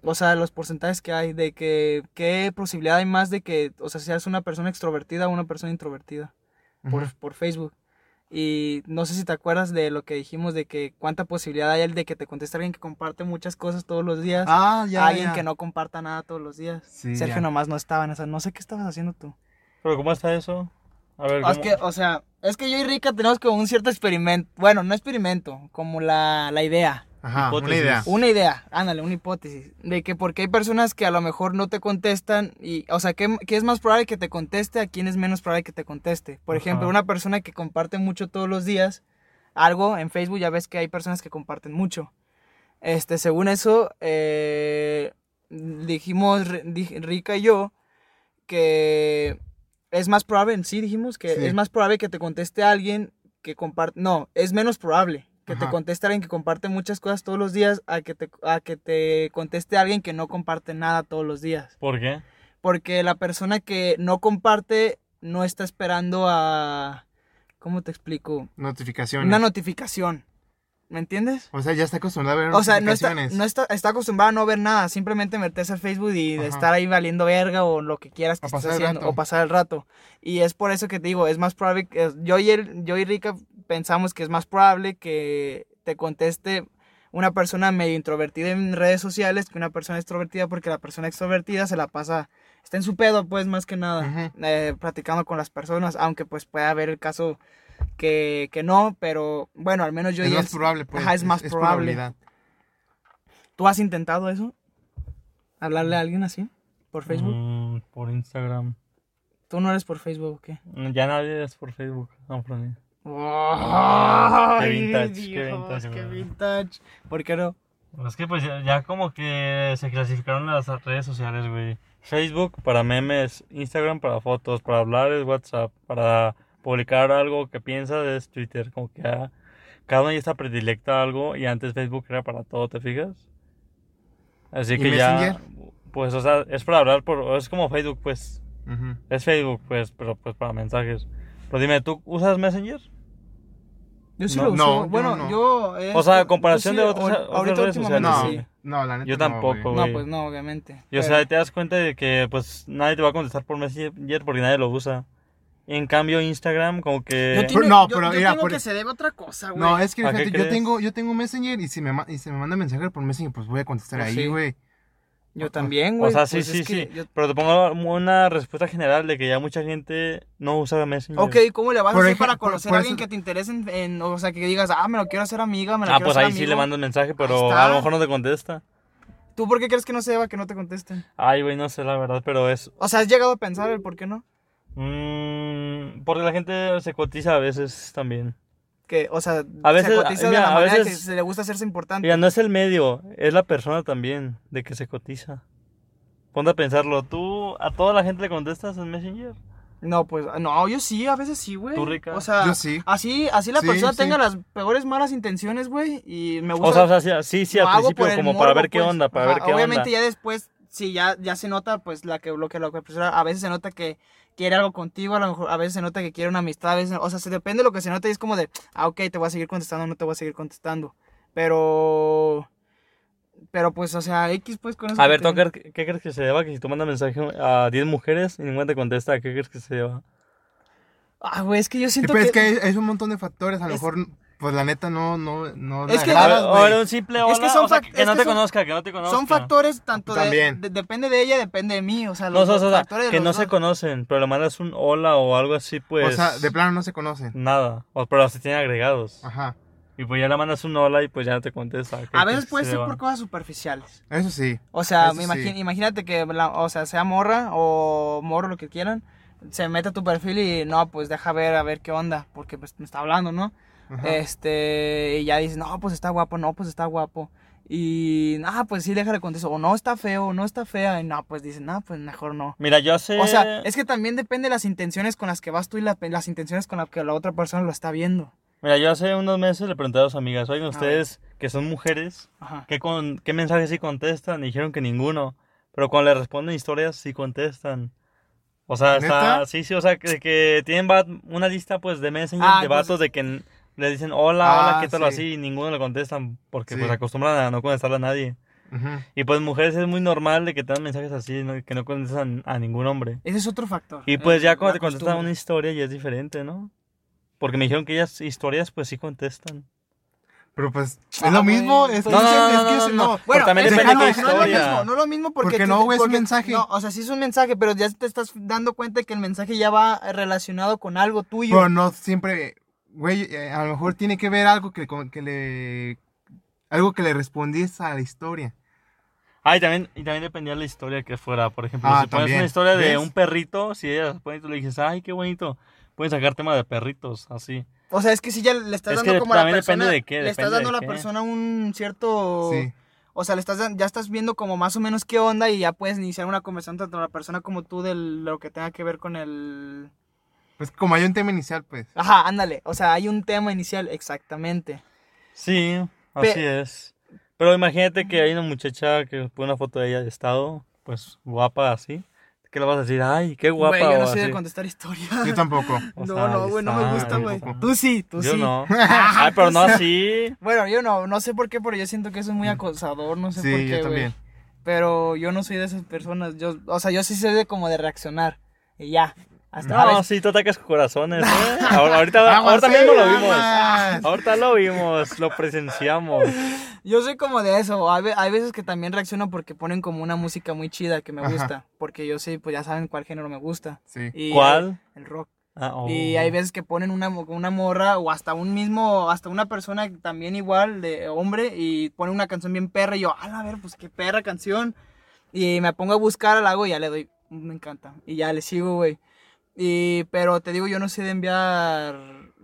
Speaker 1: O sea, los porcentajes que hay de que qué posibilidad hay más de que, o sea, seas una persona extrovertida o una persona introvertida por,
Speaker 3: Ujú.
Speaker 1: por Facebook. Y no sé si te acuerdas de lo que dijimos de que cuánta posibilidad hay de que te conteste alguien que comparte muchas cosas todos los días,
Speaker 3: Ah, ya.
Speaker 1: alguien
Speaker 3: ya.
Speaker 1: que no comparta nada todos los días.
Speaker 3: Sí,
Speaker 1: Sergio
Speaker 3: ya.
Speaker 1: nomás no estaba en esa, no sé qué estabas haciendo tú.
Speaker 2: Pero ¿cómo está eso? A ver,
Speaker 1: Ah, Es
Speaker 2: ¿cómo?
Speaker 1: que, o sea, es que yo y Rica tenemos como un cierto experimento. Bueno, no experimento, como la, la idea.
Speaker 3: Ajá, una
Speaker 2: Hipótesis.
Speaker 3: idea.
Speaker 1: Una idea, ándale, una hipótesis. De que porque hay personas que a lo mejor no te contestan y, o sea, ¿qué, qué es más probable que te conteste? ¿A quién es menos probable que te conteste? Por
Speaker 2: Ajá.
Speaker 1: ejemplo, una persona que comparte mucho todos los días algo en Facebook, ya ves que hay personas que comparten mucho. Este, según eso, eh, dijimos Ri- dij- Rica y yo que es más probable, en sí dijimos que
Speaker 3: Sí.
Speaker 1: es más probable que te conteste alguien que comparte, no, es menos probable que te
Speaker 3: Ajá.
Speaker 1: conteste alguien que comparte muchas cosas todos los días a que te, a que te conteste alguien que no comparte nada todos los días.
Speaker 2: ¿Por qué?
Speaker 1: Porque la persona que no comparte no está esperando a... ¿Cómo te explico?
Speaker 3: Notificaciones.
Speaker 1: Una notificación. ¿Me entiendes?
Speaker 3: o sea, ya está acostumbrado a ver
Speaker 1: O sea, no está,
Speaker 3: notificaciones.
Speaker 1: no está, está acostumbrada a no ver nada, simplemente meterse al Facebook y de
Speaker 3: Ajá.
Speaker 1: estar ahí valiendo verga o lo que quieras que
Speaker 3: O
Speaker 1: estés
Speaker 3: pasar el
Speaker 1: haciendo,
Speaker 3: rato.
Speaker 1: o pasar el rato. Y es por eso que te digo, es más probable, que, yo, y él- yo y Rica pensamos que es más probable que te conteste una persona medio introvertida en redes sociales que una persona extrovertida porque la persona extrovertida se la pasa, está en su pedo pues más que nada,
Speaker 3: Ujú.
Speaker 1: eh, platicando con las personas, aunque pues puede haber el caso que, que no, pero bueno, al menos yo...
Speaker 3: es
Speaker 1: ya
Speaker 3: más
Speaker 1: es-
Speaker 3: probable, pues.
Speaker 1: Ajá, es más probable.
Speaker 3: probabilidad.
Speaker 1: ¿Tú has intentado eso? ¿Hablarle a alguien así? ¿Por Facebook?
Speaker 2: Mm, por Instagram.
Speaker 1: ¿Tú no eres por Facebook o qué?
Speaker 2: Ya nadie es por Facebook. No, por mí.
Speaker 1: ¡Ay,
Speaker 2: vintage, qué
Speaker 1: Dios,
Speaker 2: vintage,
Speaker 1: qué
Speaker 2: güey.
Speaker 1: vintage. ¿Por qué no?
Speaker 2: Es que pues ya, ya como que se clasificaron las redes sociales, güey. Facebook para memes, Instagram para fotos, para hablar es WhatsApp, para publicar algo que piensas es Twitter. Como que ya cada una ya está predilecta a algo y antes Facebook era para todo, ¿te fijas? Así
Speaker 3: ¿Y
Speaker 2: que ya...
Speaker 3: Messenger?
Speaker 2: Pues o sea, es para hablar por... Es como Facebook, pues.
Speaker 3: Ujú.
Speaker 2: Es Facebook, pues, pero pues para mensajes. Pero dime, ¿tú usas Messenger?
Speaker 1: Yo sí
Speaker 2: No,
Speaker 1: lo uso.
Speaker 3: no, yo
Speaker 1: bueno,
Speaker 3: no.
Speaker 1: yo. eh,
Speaker 2: O sea,
Speaker 1: yo-
Speaker 2: a comparación
Speaker 1: yo
Speaker 2: de otras-
Speaker 1: ahor-
Speaker 2: otras
Speaker 1: Ahorita
Speaker 2: redes
Speaker 1: últimamente
Speaker 3: No,
Speaker 2: sociales,
Speaker 1: sí.
Speaker 3: no, la neta.
Speaker 2: Yo
Speaker 3: no,
Speaker 2: tampoco,
Speaker 3: güey.
Speaker 2: güey.
Speaker 1: No, pues no, obviamente.
Speaker 2: Y o
Speaker 1: Pero-
Speaker 2: sea, eh, te das cuenta de que pues nadie te va a contestar por Messenger porque nadie lo usa. Y en cambio Instagram como que...
Speaker 1: Yo
Speaker 3: Pero-
Speaker 1: tengo-
Speaker 3: no,
Speaker 1: yo-
Speaker 3: pero
Speaker 1: yo
Speaker 3: mira,
Speaker 1: tengo
Speaker 3: por-
Speaker 1: que se debe a otra cosa, Ah, güey.
Speaker 3: No, es que
Speaker 2: ¿A qué
Speaker 3: fíjate, yo
Speaker 2: crees?
Speaker 3: tengo, yo tengo Messenger y si me, ma- y si me manda mensaje por Messenger, pues voy a contestar
Speaker 1: Pues
Speaker 3: ahí,
Speaker 1: sí.
Speaker 3: güey.
Speaker 1: Yo también, güey.
Speaker 2: o sea, sí,
Speaker 1: pues es
Speaker 2: sí,
Speaker 1: que
Speaker 2: sí.
Speaker 1: yo-
Speaker 2: Pero te pongo una respuesta general de que ya mucha gente no usa Messenger.
Speaker 1: Ok, ¿cómo le vas
Speaker 3: Por
Speaker 1: a hacer
Speaker 3: ejemplo,
Speaker 1: para conocer
Speaker 3: por- por
Speaker 1: a alguien
Speaker 3: eso-
Speaker 1: que te interese en, en- O sea, que digas, ah, me lo quiero hacer amiga, me lo
Speaker 2: Ah,
Speaker 1: quiero
Speaker 2: pues
Speaker 1: hacer
Speaker 2: ahí sí
Speaker 1: amigo"?
Speaker 2: le mandas mensaje, pero
Speaker 1: está.
Speaker 2: a lo mejor no te contesta.
Speaker 1: ¿Tú por qué crees que no se deba que no te contesten?
Speaker 2: Ay, güey, no sé la verdad, pero es...
Speaker 1: O sea, ¿has llegado a pensar el por qué no?
Speaker 2: mm, porque la gente se cotiza a veces también.
Speaker 1: Que, o sea,
Speaker 2: A veces-
Speaker 1: se cotiza de
Speaker 2: mira,
Speaker 1: la
Speaker 2: a
Speaker 1: manera que
Speaker 2: veces-
Speaker 1: se le gusta hacerse importante.
Speaker 2: Mira, no es el medio, es la persona también de que se cotiza. Ponte a pensarlo, ¿tú a toda la gente le contestas en Messenger?
Speaker 1: No, pues, no, yo sí, a veces sí, güey.
Speaker 2: ¿Tú, Rica?
Speaker 1: O sea,
Speaker 3: Yo sí.
Speaker 1: así, así la
Speaker 3: Sí,
Speaker 1: persona
Speaker 3: sí.
Speaker 1: tenga las peores malas intenciones, güey, y me gusta...
Speaker 2: O sea, o sea, sí, sí, sí,
Speaker 1: lo
Speaker 2: al
Speaker 1: hago por
Speaker 2: principio,
Speaker 1: el
Speaker 2: como para
Speaker 1: morbo,
Speaker 2: ver qué
Speaker 1: pues.
Speaker 2: onda, para
Speaker 1: Ajá,
Speaker 2: ver qué
Speaker 1: Obviamente
Speaker 2: onda.
Speaker 1: ya después, sí, ya, ya se nota, pues, la que, lo que la persona, a veces se nota que quiere algo contigo, a lo mejor, a veces se nota que quiere una amistad, a veces, o sea, se depende de lo que se nota y es como de, ah, ok, te voy a seguir contestando, no te voy a seguir contestando, pero... Pero pues, o sea, X pues con eso...
Speaker 2: A
Speaker 1: que
Speaker 2: ver,
Speaker 1: te-
Speaker 2: ¿tú qué, qué crees que se deba? Que si tú mandas mensaje a 10 mujeres y ninguna te contesta, ¿a qué crees que se deba?
Speaker 1: Ah, güey, es que yo
Speaker 3: Sí,
Speaker 1: siento
Speaker 3: pero pues, es
Speaker 1: que...
Speaker 3: que es, es un montón de factores. A lo
Speaker 1: Es-
Speaker 3: mejor, pues la neta, no, no, no.
Speaker 1: Es
Speaker 3: le
Speaker 1: que-
Speaker 2: A ver,
Speaker 3: agradas, güey.
Speaker 2: o era un simple
Speaker 1: Es que
Speaker 2: hola,
Speaker 1: son
Speaker 2: o sea,
Speaker 1: fac-
Speaker 2: que,
Speaker 1: es
Speaker 2: no
Speaker 1: que
Speaker 2: te
Speaker 1: son-
Speaker 2: conozca, que no te conozca.
Speaker 1: Son factores tanto de,
Speaker 3: También.
Speaker 1: de- Depende de ella, depende de mí, o sea,
Speaker 2: No, o
Speaker 1: los
Speaker 2: sea, o
Speaker 1: dos
Speaker 2: sea,
Speaker 1: factores de
Speaker 2: que
Speaker 1: los
Speaker 2: no se
Speaker 1: dos.
Speaker 2: conocen, pero le mandas un hola o algo así,
Speaker 1: ah,
Speaker 2: pues.
Speaker 3: O sea, de plano no se conocen.
Speaker 2: Nada. O, pero se tienen agregados.
Speaker 3: Ajá.
Speaker 2: Y pues ya le mandas un hola y pues ya no te contesta. ¿Qué
Speaker 1: A
Speaker 2: crees
Speaker 1: veces
Speaker 2: que
Speaker 1: puede
Speaker 2: se
Speaker 1: ser
Speaker 2: deba?
Speaker 1: por cosas superficiales.
Speaker 3: Eso sí.
Speaker 1: O sea,
Speaker 3: Eso
Speaker 1: me
Speaker 3: sí.
Speaker 1: imagi- imagínate que la- o sea, sea morra o morro, lo que quieran, se mete a tu perfil y no, pues deja ver a ver qué onda, porque pues me está hablando, ¿no?
Speaker 3: Ajá.
Speaker 1: Eh. Este, y ya dices, no, pues está guapo, no, pues está guapo. Y, ah, pues sí, déjale contesto, o no está feo, o no está fea, y no, pues dicen, no, pues mejor no.
Speaker 2: Mira, yo sé.
Speaker 1: O sea, es que también depende de las intenciones con las que vas tú y la pe- las intenciones con las que la otra persona lo está viendo.
Speaker 2: Mira, yo hace unos meses le pregunté a dos amigas, oigan,
Speaker 1: ver.
Speaker 2: ustedes que son mujeres,
Speaker 1: Ajá.
Speaker 2: ¿Qué, con, ¿Qué mensajes sí contestan? Y dijeron que ninguno. Pero cuando le responden historias, sí contestan. O sea, está,
Speaker 3: ¿Neta?
Speaker 2: sí, sí, o sea, que, que tienen va- una lista pues de messenger
Speaker 1: Ah,
Speaker 2: de
Speaker 1: pues-
Speaker 2: vatos de que n- le dicen hola, hola,
Speaker 3: Ah,
Speaker 2: qué tal
Speaker 3: sí.
Speaker 2: o así, y ninguno le contestan porque
Speaker 3: Sí.
Speaker 2: pues acostumbran a no contestarle a nadie.
Speaker 3: Ujú.
Speaker 2: Y pues mujeres es muy normal de que tengan mensajes así, ¿no? que no contestan a ningún hombre.
Speaker 1: Ese es otro factor.
Speaker 3: Mm,
Speaker 2: Y pues ya
Speaker 1: eh,
Speaker 2: cuando
Speaker 1: la
Speaker 2: te contestan una
Speaker 1: costumbre.
Speaker 2: historia ya es diferente, ¿no? Porque me dijeron que ellas historias pues sí contestan.
Speaker 3: Pero pues, es
Speaker 1: Ah,
Speaker 3: lo
Speaker 1: güey,
Speaker 3: mismo. Es,
Speaker 1: pues-
Speaker 2: No,
Speaker 3: es-
Speaker 2: no,
Speaker 3: es
Speaker 2: no,
Speaker 3: que
Speaker 2: no, no,
Speaker 3: es- no.
Speaker 2: no. Pero también
Speaker 1: es
Speaker 2: depende
Speaker 1: que
Speaker 2: de la
Speaker 1: no, no es lo
Speaker 2: historia.
Speaker 1: mismo, no es lo mismo porque...
Speaker 3: Porque
Speaker 1: tú-
Speaker 3: no, güey, es un
Speaker 1: porque-
Speaker 3: mensaje.
Speaker 1: No, o sea, sí es un mensaje, pero ya te estás dando cuenta que el mensaje ya va relacionado con algo tuyo.
Speaker 3: Pero no siempre, güey, eh, a lo mejor tiene que ver algo que, con- que le... Algo que le respondís a la historia.
Speaker 2: Ah, y también, y también dependía de la historia que fuera. Por ejemplo,
Speaker 3: Ah,
Speaker 2: si pones
Speaker 3: también.
Speaker 2: una historia de
Speaker 3: ¿Ves?
Speaker 2: un perrito, si ella la pone y tú le dices, ay, qué bonito, pueden sacar tema de perritos, así.
Speaker 1: O sea, es que si ya le estás
Speaker 2: Es
Speaker 1: dando
Speaker 2: que
Speaker 1: como a la
Speaker 2: también
Speaker 1: persona...
Speaker 2: depende de qué,
Speaker 1: le estás
Speaker 2: depende
Speaker 1: dando a
Speaker 2: de
Speaker 1: la
Speaker 2: qué.
Speaker 1: persona un cierto...
Speaker 3: Sí.
Speaker 1: O sea, le estás dan- ya estás viendo como más o menos qué onda y ya puedes iniciar una conversación tanto la persona como tú de lo que tenga que ver con el...
Speaker 3: Pues como hay un tema inicial, pues.
Speaker 1: Ajá, ándale. O sea, hay un tema inicial, exactamente.
Speaker 2: Sí,
Speaker 1: Pe-
Speaker 2: así es. Pero imagínate que hay una muchacha que pone una foto de ella de estado, pues guapa, así. ¿Qué le vas a decir? Ay, qué guapa.
Speaker 1: Güey, yo no
Speaker 2: o
Speaker 1: sé de
Speaker 2: así.
Speaker 1: contestar historias.
Speaker 3: Yo tampoco.
Speaker 2: O
Speaker 1: no,
Speaker 2: sea,
Speaker 1: no,
Speaker 2: ahí
Speaker 1: güey, no me
Speaker 2: está,
Speaker 1: gusta,
Speaker 2: ahí
Speaker 1: güey.
Speaker 2: está.
Speaker 1: Tú sí, tú
Speaker 2: Yo
Speaker 1: sí.
Speaker 2: no. Ay, pero no así.
Speaker 1: Bueno, yo no, no sé por qué, pero yo siento que eso es muy acosador, no sé por
Speaker 3: Sí,
Speaker 1: qué,
Speaker 3: yo
Speaker 1: güey.
Speaker 3: también.
Speaker 1: Pero yo no soy de esas personas, yo, o sea, yo sí sé de como de reaccionar y ya. Hasta
Speaker 2: No,
Speaker 1: ahora es-
Speaker 2: sí, tú atacas corazones, ¿eh? Ahora, ahorita,
Speaker 3: Aguas,
Speaker 2: ahorita
Speaker 3: eh,
Speaker 2: mismo lo vimos.
Speaker 1: Ah,
Speaker 3: aguas.
Speaker 2: Ahorita lo vimos, lo presenciamos.
Speaker 1: Yo soy como de eso. Hay, ve- hay veces que también reacciono porque ponen como una música muy chida que me
Speaker 3: Ajá.
Speaker 1: gusta. Porque yo sí, pues ya saben cuál género me gusta.
Speaker 3: Sí.
Speaker 1: Y
Speaker 2: ¿Cuál?
Speaker 1: El rock.
Speaker 2: Ah, oh.
Speaker 1: Y hay veces que ponen una, mo- una morra o hasta un mismo, hasta una persona también igual de hombre y pone una canción bien perra y yo, "Ala, a ver, pues qué perra canción. Y me pongo a buscar, la hago y ya le doy, me encanta. Y ya le sigo, güey. Y, pero te digo, yo no sé de enviar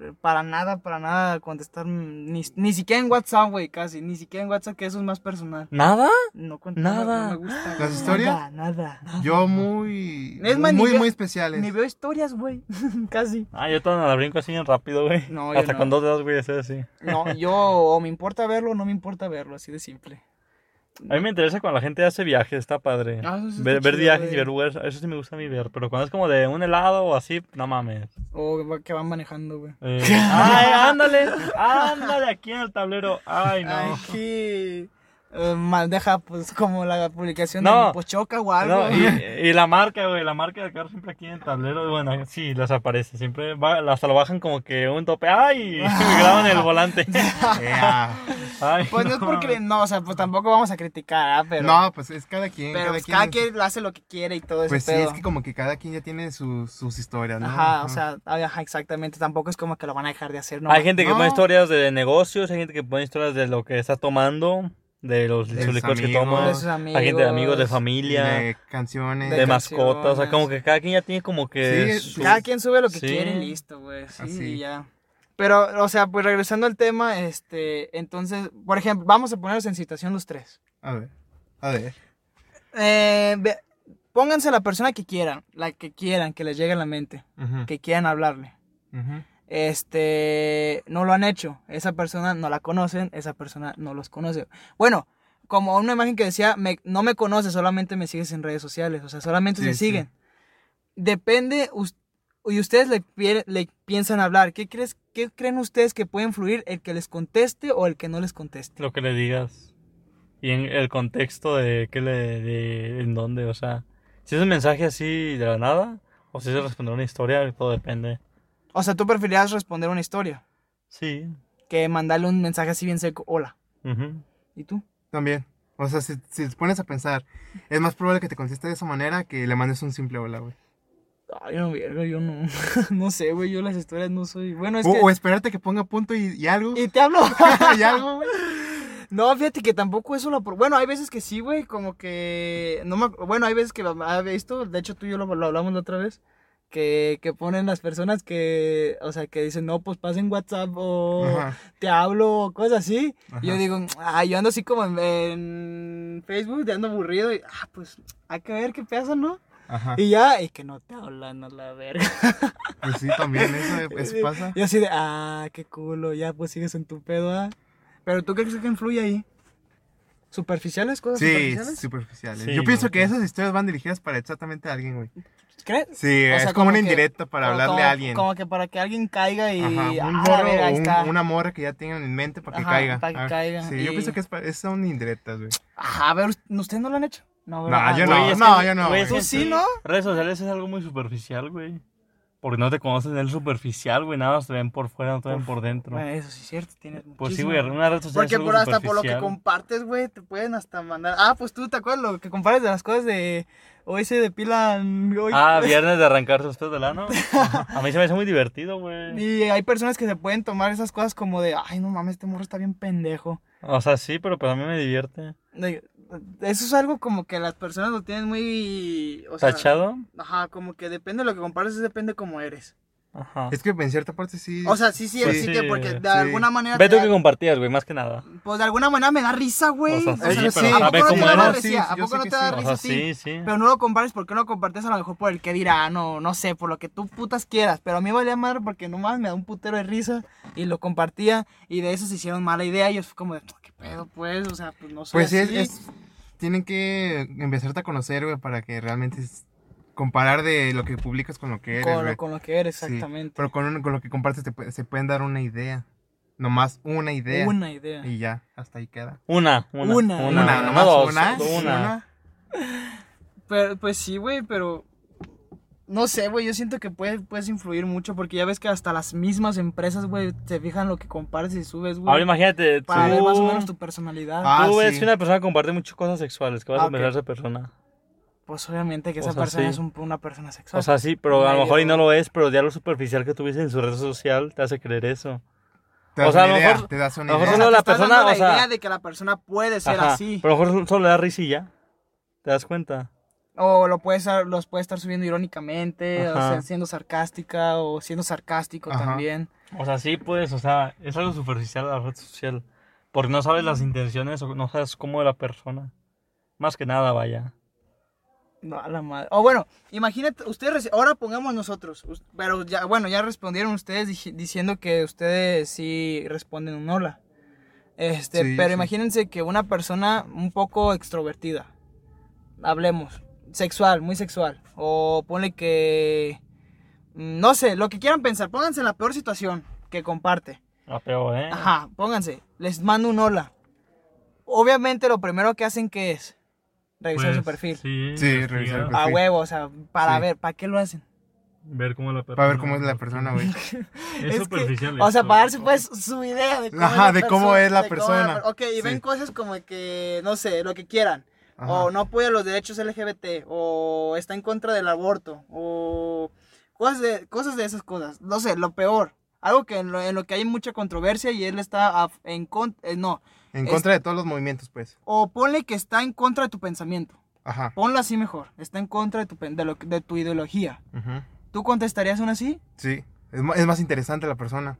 Speaker 1: eh, para nada, para nada contestar, mm, ni, ni siquiera en WhatsApp, güey, casi, ni siquiera en WhatsApp, que eso es más personal.
Speaker 2: ¿Nada?
Speaker 1: No, cont- no me-
Speaker 2: Nada.
Speaker 1: No me gusta, güey.
Speaker 3: ¿Las historias?
Speaker 1: Nada, nada.
Speaker 3: Yo muy.
Speaker 1: ah, Es más, ni
Speaker 3: muy,
Speaker 1: veo-
Speaker 3: muy especiales.
Speaker 1: Ni veo historias, güey, casi.
Speaker 2: Ah, yo todo la brinco así bien rápido, güey.
Speaker 1: No, yo
Speaker 2: Hasta
Speaker 1: no.
Speaker 2: con dos dedos, güey, así, así.
Speaker 1: No, yo o me importa verlo o no me importa verlo, así de simple.
Speaker 2: A mí me interesa cuando la gente hace viajes, está padre.
Speaker 1: Ah, eso sí está
Speaker 2: ver ver
Speaker 1: chido,
Speaker 2: viajes
Speaker 1: güey.
Speaker 2: y ver lugares, eso sí me gusta a mí ver. Pero cuando es como de un helado o así, no mames.
Speaker 1: O va- que van manejando, güey.
Speaker 2: Eh, ¡Ay, ándale! ¡Ándale aquí en el tablero! ¡Ay, no!
Speaker 1: Ay, que. eh, mal deja, pues, como la publicación
Speaker 2: No.
Speaker 1: de pues choca o algo.
Speaker 2: No, y, y la marca, güey, la marca del carro siempre aquí en el tablero, bueno, sí, las aparece, siempre va- hasta lo bajan como que un tope, ¡ay! Y graban el volante.
Speaker 3: Ea.
Speaker 2: Ay,
Speaker 1: Pues no es porque.
Speaker 2: mames.
Speaker 1: No, o sea, pues tampoco vamos a criticar, ¿ah? Pero.
Speaker 3: no, pues es cada quien.
Speaker 1: pero
Speaker 3: cada
Speaker 1: pues,
Speaker 3: quien
Speaker 1: cada
Speaker 3: es-
Speaker 1: quien hace lo que quiere y todo
Speaker 3: Pues
Speaker 1: ese
Speaker 3: sí,
Speaker 1: pedo.
Speaker 3: es que como que cada quien ya tiene sus, sus historias, ¿no?
Speaker 1: Ajá, o sea, ay, ajá, exactamente. Tampoco es como que lo van a dejar de hacer, ¿no?
Speaker 2: Hay gente que
Speaker 3: no.
Speaker 2: pone historias de negocios, hay gente que pone historias de lo que está tomando, de los
Speaker 3: De
Speaker 2: sus
Speaker 3: sus
Speaker 2: licores que
Speaker 3: amigos.
Speaker 2: toma,
Speaker 1: De sus
Speaker 2: hay gente de amigos, de
Speaker 1: amigos.
Speaker 2: familia, de,
Speaker 3: De canciones.
Speaker 1: de ca-
Speaker 2: mascotas, o sea,
Speaker 1: canciones.
Speaker 2: como que cada quien ya tiene como que...
Speaker 3: Sí,
Speaker 2: su-
Speaker 1: Cada quien sube lo que
Speaker 2: Sí.
Speaker 1: quiere y listo, güey. Sí,
Speaker 3: Así.
Speaker 1: y ya. Pero, o sea, pues regresando al tema, este, entonces, por ejemplo, vamos a ponernos en situación los tres.
Speaker 3: A ver. A ver.
Speaker 1: Eh, ve- pónganse la persona que quieran, la que quieran, que les llegue a la mente,
Speaker 3: Ujú,
Speaker 1: que quieran hablarle.
Speaker 3: ujú.
Speaker 1: Este, no lo han hecho, esa persona no la conocen, esa persona no los conoce. Bueno, como una imagen que decía, me- no me conoces, solamente me sigues en redes sociales, o sea, solamente
Speaker 3: Sí,
Speaker 1: se
Speaker 3: sí.
Speaker 1: siguen. Depende, us- y ustedes le, pie- le piensan hablar, ¿Qué, crees, ¿qué creen ustedes que puede influir el que les conteste o el que no les conteste?
Speaker 2: lo que le digas y en el contexto de qué le de- en dónde o sea si es un mensaje así de la nada o si es responder una historia todo depende
Speaker 1: O sea, tú preferirías responder una historia
Speaker 2: sí
Speaker 1: que mandarle un mensaje así bien seco, hola,
Speaker 2: ujú.
Speaker 1: ¿y tú?
Speaker 3: También. O sea, si, si te pones a pensar, es más probable que te conteste de esa manera que le mandes un simple hola, güey.
Speaker 1: Ay, no, verga, yo no. no sé, güey, yo las historias no soy. Bueno, es
Speaker 3: o,
Speaker 1: que.
Speaker 3: o esperarte que ponga punto y, y algo.
Speaker 1: Y te hablo.
Speaker 3: y algo, güey.
Speaker 1: no, fíjate que tampoco eso lo. apro- Bueno, hay veces que sí, güey, como que. No me... ac- Bueno, hay veces que lo ha visto. De hecho, tú y yo lo, lo hablamos la otra vez. Que, que ponen las personas que. O sea, que dicen, no, pues pasen WhatsApp o
Speaker 3: Ajá.
Speaker 1: te hablo o cosas así. Y yo
Speaker 3: Ajá.
Speaker 1: digo, ah, yo ando así como en, en Facebook, ya ando aburrido. Y, ah, pues hay que ver qué pasa, ¿no?
Speaker 3: Ajá.
Speaker 1: Y ya, y que no te hablan a la verga.
Speaker 3: Pues sí, también eso, eso pasa.
Speaker 1: Y así de, ah, qué culo, ya pues sigues en tu pedo, ah. Pero tú qué crees que influye ahí? ¿Superficiales? ¿Cosas
Speaker 3: Sí,
Speaker 1: superficiales?
Speaker 3: superficiales.
Speaker 2: Sí,
Speaker 3: Yo pienso
Speaker 2: güey.
Speaker 3: que esas historias van dirigidas para exactamente a alguien, güey.
Speaker 1: ¿Crees?
Speaker 3: Sí,
Speaker 1: O
Speaker 3: es
Speaker 1: sea,
Speaker 3: como una
Speaker 1: que-
Speaker 3: indirecta para
Speaker 1: como-
Speaker 3: hablarle
Speaker 1: como-
Speaker 3: a alguien.
Speaker 1: Como que para que alguien caiga y.
Speaker 3: Ajá, un
Speaker 1: ah,
Speaker 3: morro
Speaker 1: a ver,
Speaker 3: o
Speaker 1: ahí
Speaker 3: un-
Speaker 1: está.
Speaker 3: una morra que ya tengan en mente para que
Speaker 1: Ajá,
Speaker 3: caiga.
Speaker 1: para que
Speaker 3: Ah,
Speaker 1: caiga,
Speaker 3: Sí, yo
Speaker 1: y-
Speaker 3: pienso que es pa- es- son indirectas, güey.
Speaker 1: Ajá, a ver, ¿ustedes no lo han hecho? No,
Speaker 3: No, yo no,
Speaker 2: Güey, es
Speaker 3: no,
Speaker 2: que-
Speaker 3: yo no.
Speaker 2: güey,
Speaker 3: güey.
Speaker 2: es que
Speaker 1: ¿Tú sí, no?
Speaker 2: redes sociales es algo muy superficial güey porque no te conoces el superficial güey nada más te ven por fuera no te ven por dentro
Speaker 1: Bueno, eso sí es cierto, tienes
Speaker 2: pues sí
Speaker 1: muchísimo.
Speaker 2: güey una red social
Speaker 1: Porque
Speaker 2: es algo
Speaker 1: por hasta por lo que
Speaker 2: superficial.
Speaker 1: compartes, güey, te pueden hasta mandar. Ah, pues tú te acuerdas lo que compartes de las cosas de hoy se depilan, hoy
Speaker 2: ah viernes de arrancarse ustedes del ano a mí se me hace muy divertido güey
Speaker 1: Y hay personas que se pueden tomar esas cosas como de, ay, no mames, este morro está bien pendejo.
Speaker 2: o sea sí pero para mí me divierte
Speaker 1: De- Eso es algo como que las personas lo tienen muy... O sea,
Speaker 2: tachado
Speaker 1: Ajá, como que depende de lo que compares, depende cómo eres.
Speaker 2: ajá
Speaker 3: Es que en cierta parte sí.
Speaker 1: O sea, sí, sí,
Speaker 2: Pues
Speaker 1: sí,
Speaker 2: sí,
Speaker 1: que porque de
Speaker 2: sí.
Speaker 1: alguna manera...
Speaker 2: ve
Speaker 1: te
Speaker 2: tú
Speaker 1: da-
Speaker 2: que compartías güey más que nada
Speaker 1: pues de alguna manera me da risa, güey.
Speaker 2: O sea, sí,
Speaker 1: no
Speaker 2: pero
Speaker 1: sé,
Speaker 2: a
Speaker 1: ¿a
Speaker 2: ver
Speaker 1: poco no
Speaker 2: cómo
Speaker 1: te da
Speaker 2: eres.
Speaker 1: risa?
Speaker 3: Sí,
Speaker 1: ¿A
Speaker 3: yo
Speaker 1: poco
Speaker 3: sé
Speaker 1: no
Speaker 3: que
Speaker 1: te da
Speaker 3: sí.
Speaker 2: O
Speaker 1: risa?
Speaker 2: sea,
Speaker 1: Sí.
Speaker 2: sí, sí.
Speaker 1: Pero no lo compares porque no lo compartes a lo mejor por el que dirán o no sé, por lo que tú putas quieras. Pero a mí me valía madre porque nomás me da un putero de risa y lo compartía y de eso se hicieron mala idea y yo fui como de, qué pedo pues, o sea, pues no soy
Speaker 3: pues sí, es,
Speaker 1: así.
Speaker 3: es- Tienen que empezarte a conocer, güey, para que realmente es- comparar de lo que publicas con lo que eres,
Speaker 1: con,
Speaker 3: güey.
Speaker 1: lo, con lo que eres,
Speaker 3: Sí,
Speaker 1: exactamente.
Speaker 3: Pero con, un- con lo que compartes te pu- se pueden dar una idea. Nomás una idea.
Speaker 1: Una idea.
Speaker 3: Y ya, hasta ahí queda.
Speaker 2: Una, una.
Speaker 1: Una.
Speaker 2: Una,
Speaker 1: Una,
Speaker 2: no
Speaker 3: nomás
Speaker 2: dos,
Speaker 3: una,
Speaker 2: una.
Speaker 3: una.
Speaker 1: Pero, pues sí, güey, pero... No sé, güey, yo siento que puede, puedes influir mucho porque ya ves que hasta las mismas empresas, güey, se fijan lo que compares y subes, güey.
Speaker 2: Ahora imagínate, tú,
Speaker 1: para ver más o menos tu personalidad.
Speaker 3: Ah,
Speaker 2: tú ves
Speaker 3: sí.
Speaker 2: que una persona comparte muchas cosas sexuales, que vas
Speaker 1: Ah,
Speaker 2: a pensar
Speaker 1: ok.
Speaker 2: esa persona.
Speaker 1: Pues obviamente que
Speaker 2: O
Speaker 1: esa
Speaker 2: sea,
Speaker 1: persona
Speaker 2: sí.
Speaker 1: es un- una persona sexual.
Speaker 2: O sea, sí, pero a lo
Speaker 1: Medio.
Speaker 2: mejor y no lo es, pero ya lo superficial que tuviste en su red social te hace creer eso.
Speaker 3: Te das
Speaker 2: O sea, a
Speaker 3: una
Speaker 2: lo
Speaker 3: idea,
Speaker 2: mejor-
Speaker 3: te das una
Speaker 2: a lo
Speaker 3: idea.
Speaker 2: mejor solo la
Speaker 1: te estás
Speaker 2: persona,
Speaker 1: dando
Speaker 2: o sea-
Speaker 1: la idea de que la persona puede ser
Speaker 2: Ajá,
Speaker 1: así.
Speaker 2: Pero a lo mejor solo le da risilla. ¿Te das cuenta?
Speaker 1: O lo puedes, estar- los puede estar subiendo irónicamente, o
Speaker 2: Ajá.
Speaker 1: sea, siendo sarcástica, o siendo sarcástico
Speaker 3: Ajá.
Speaker 1: también.
Speaker 2: O sea, sí, pues, o sea, es algo superficial la red social. Porque no sabes las intenciones o no sabes cómo de la persona. Más que nada, vaya.
Speaker 1: No, a la madre. O bueno, imagínate, ustedes, reci- ahora pongamos nosotros, us- pero ya, bueno, ya respondieron ustedes dij- diciendo que ustedes sí responden un hola. Este,
Speaker 3: Sí,
Speaker 1: pero
Speaker 3: sí.
Speaker 1: imagínense que una persona un poco extrovertida, hablemos, sexual, muy sexual, o ponle que, mm, no sé, lo que quieran pensar, pónganse en la peor situación que comparte.
Speaker 2: La peor, ¿eh?
Speaker 1: Ajá, pónganse, les mando un hola. Obviamente lo primero que hacen que es revisar
Speaker 2: Pues,
Speaker 1: su perfil.
Speaker 2: Sí,
Speaker 3: Sí,
Speaker 2: investigar,
Speaker 3: revisar el perfil.
Speaker 1: A
Speaker 3: Sí.
Speaker 1: huevo, o sea, para
Speaker 3: Sí.
Speaker 1: ver, ¿para qué lo hacen?
Speaker 2: Ver cómo es la persona.
Speaker 3: Para ver cómo es la persona, güey.
Speaker 2: Es,
Speaker 1: Es que,
Speaker 2: superficial.
Speaker 1: o sea,
Speaker 2: esto.
Speaker 1: para darse pues su idea de cómo,
Speaker 3: Ajá,
Speaker 1: es, la
Speaker 3: de cómo es la
Speaker 1: de cómo es
Speaker 3: persona.
Speaker 1: per- ok, y ven
Speaker 3: Sí.
Speaker 1: cosas como que, no sé, lo que quieran.
Speaker 3: Ajá.
Speaker 2: Oh,
Speaker 1: O no apoya los derechos LGBT, o está en contra del aborto, o cosas de, cosas de esas cosas. No sé, lo peor. Algo que en lo, en lo que hay mucha controversia y él está a- en contra, no,
Speaker 3: En
Speaker 1: es-
Speaker 3: contra de todos los movimientos, pues.
Speaker 1: o ponle que está en contra de tu pensamiento.
Speaker 3: Ajá.
Speaker 1: Ponlo así mejor, está en contra de tu, pen- de lo- de tu ideología.
Speaker 3: Ujú.
Speaker 1: ¿Tú contestarías una así?
Speaker 3: Sí. Es, ma- es más interesante la persona.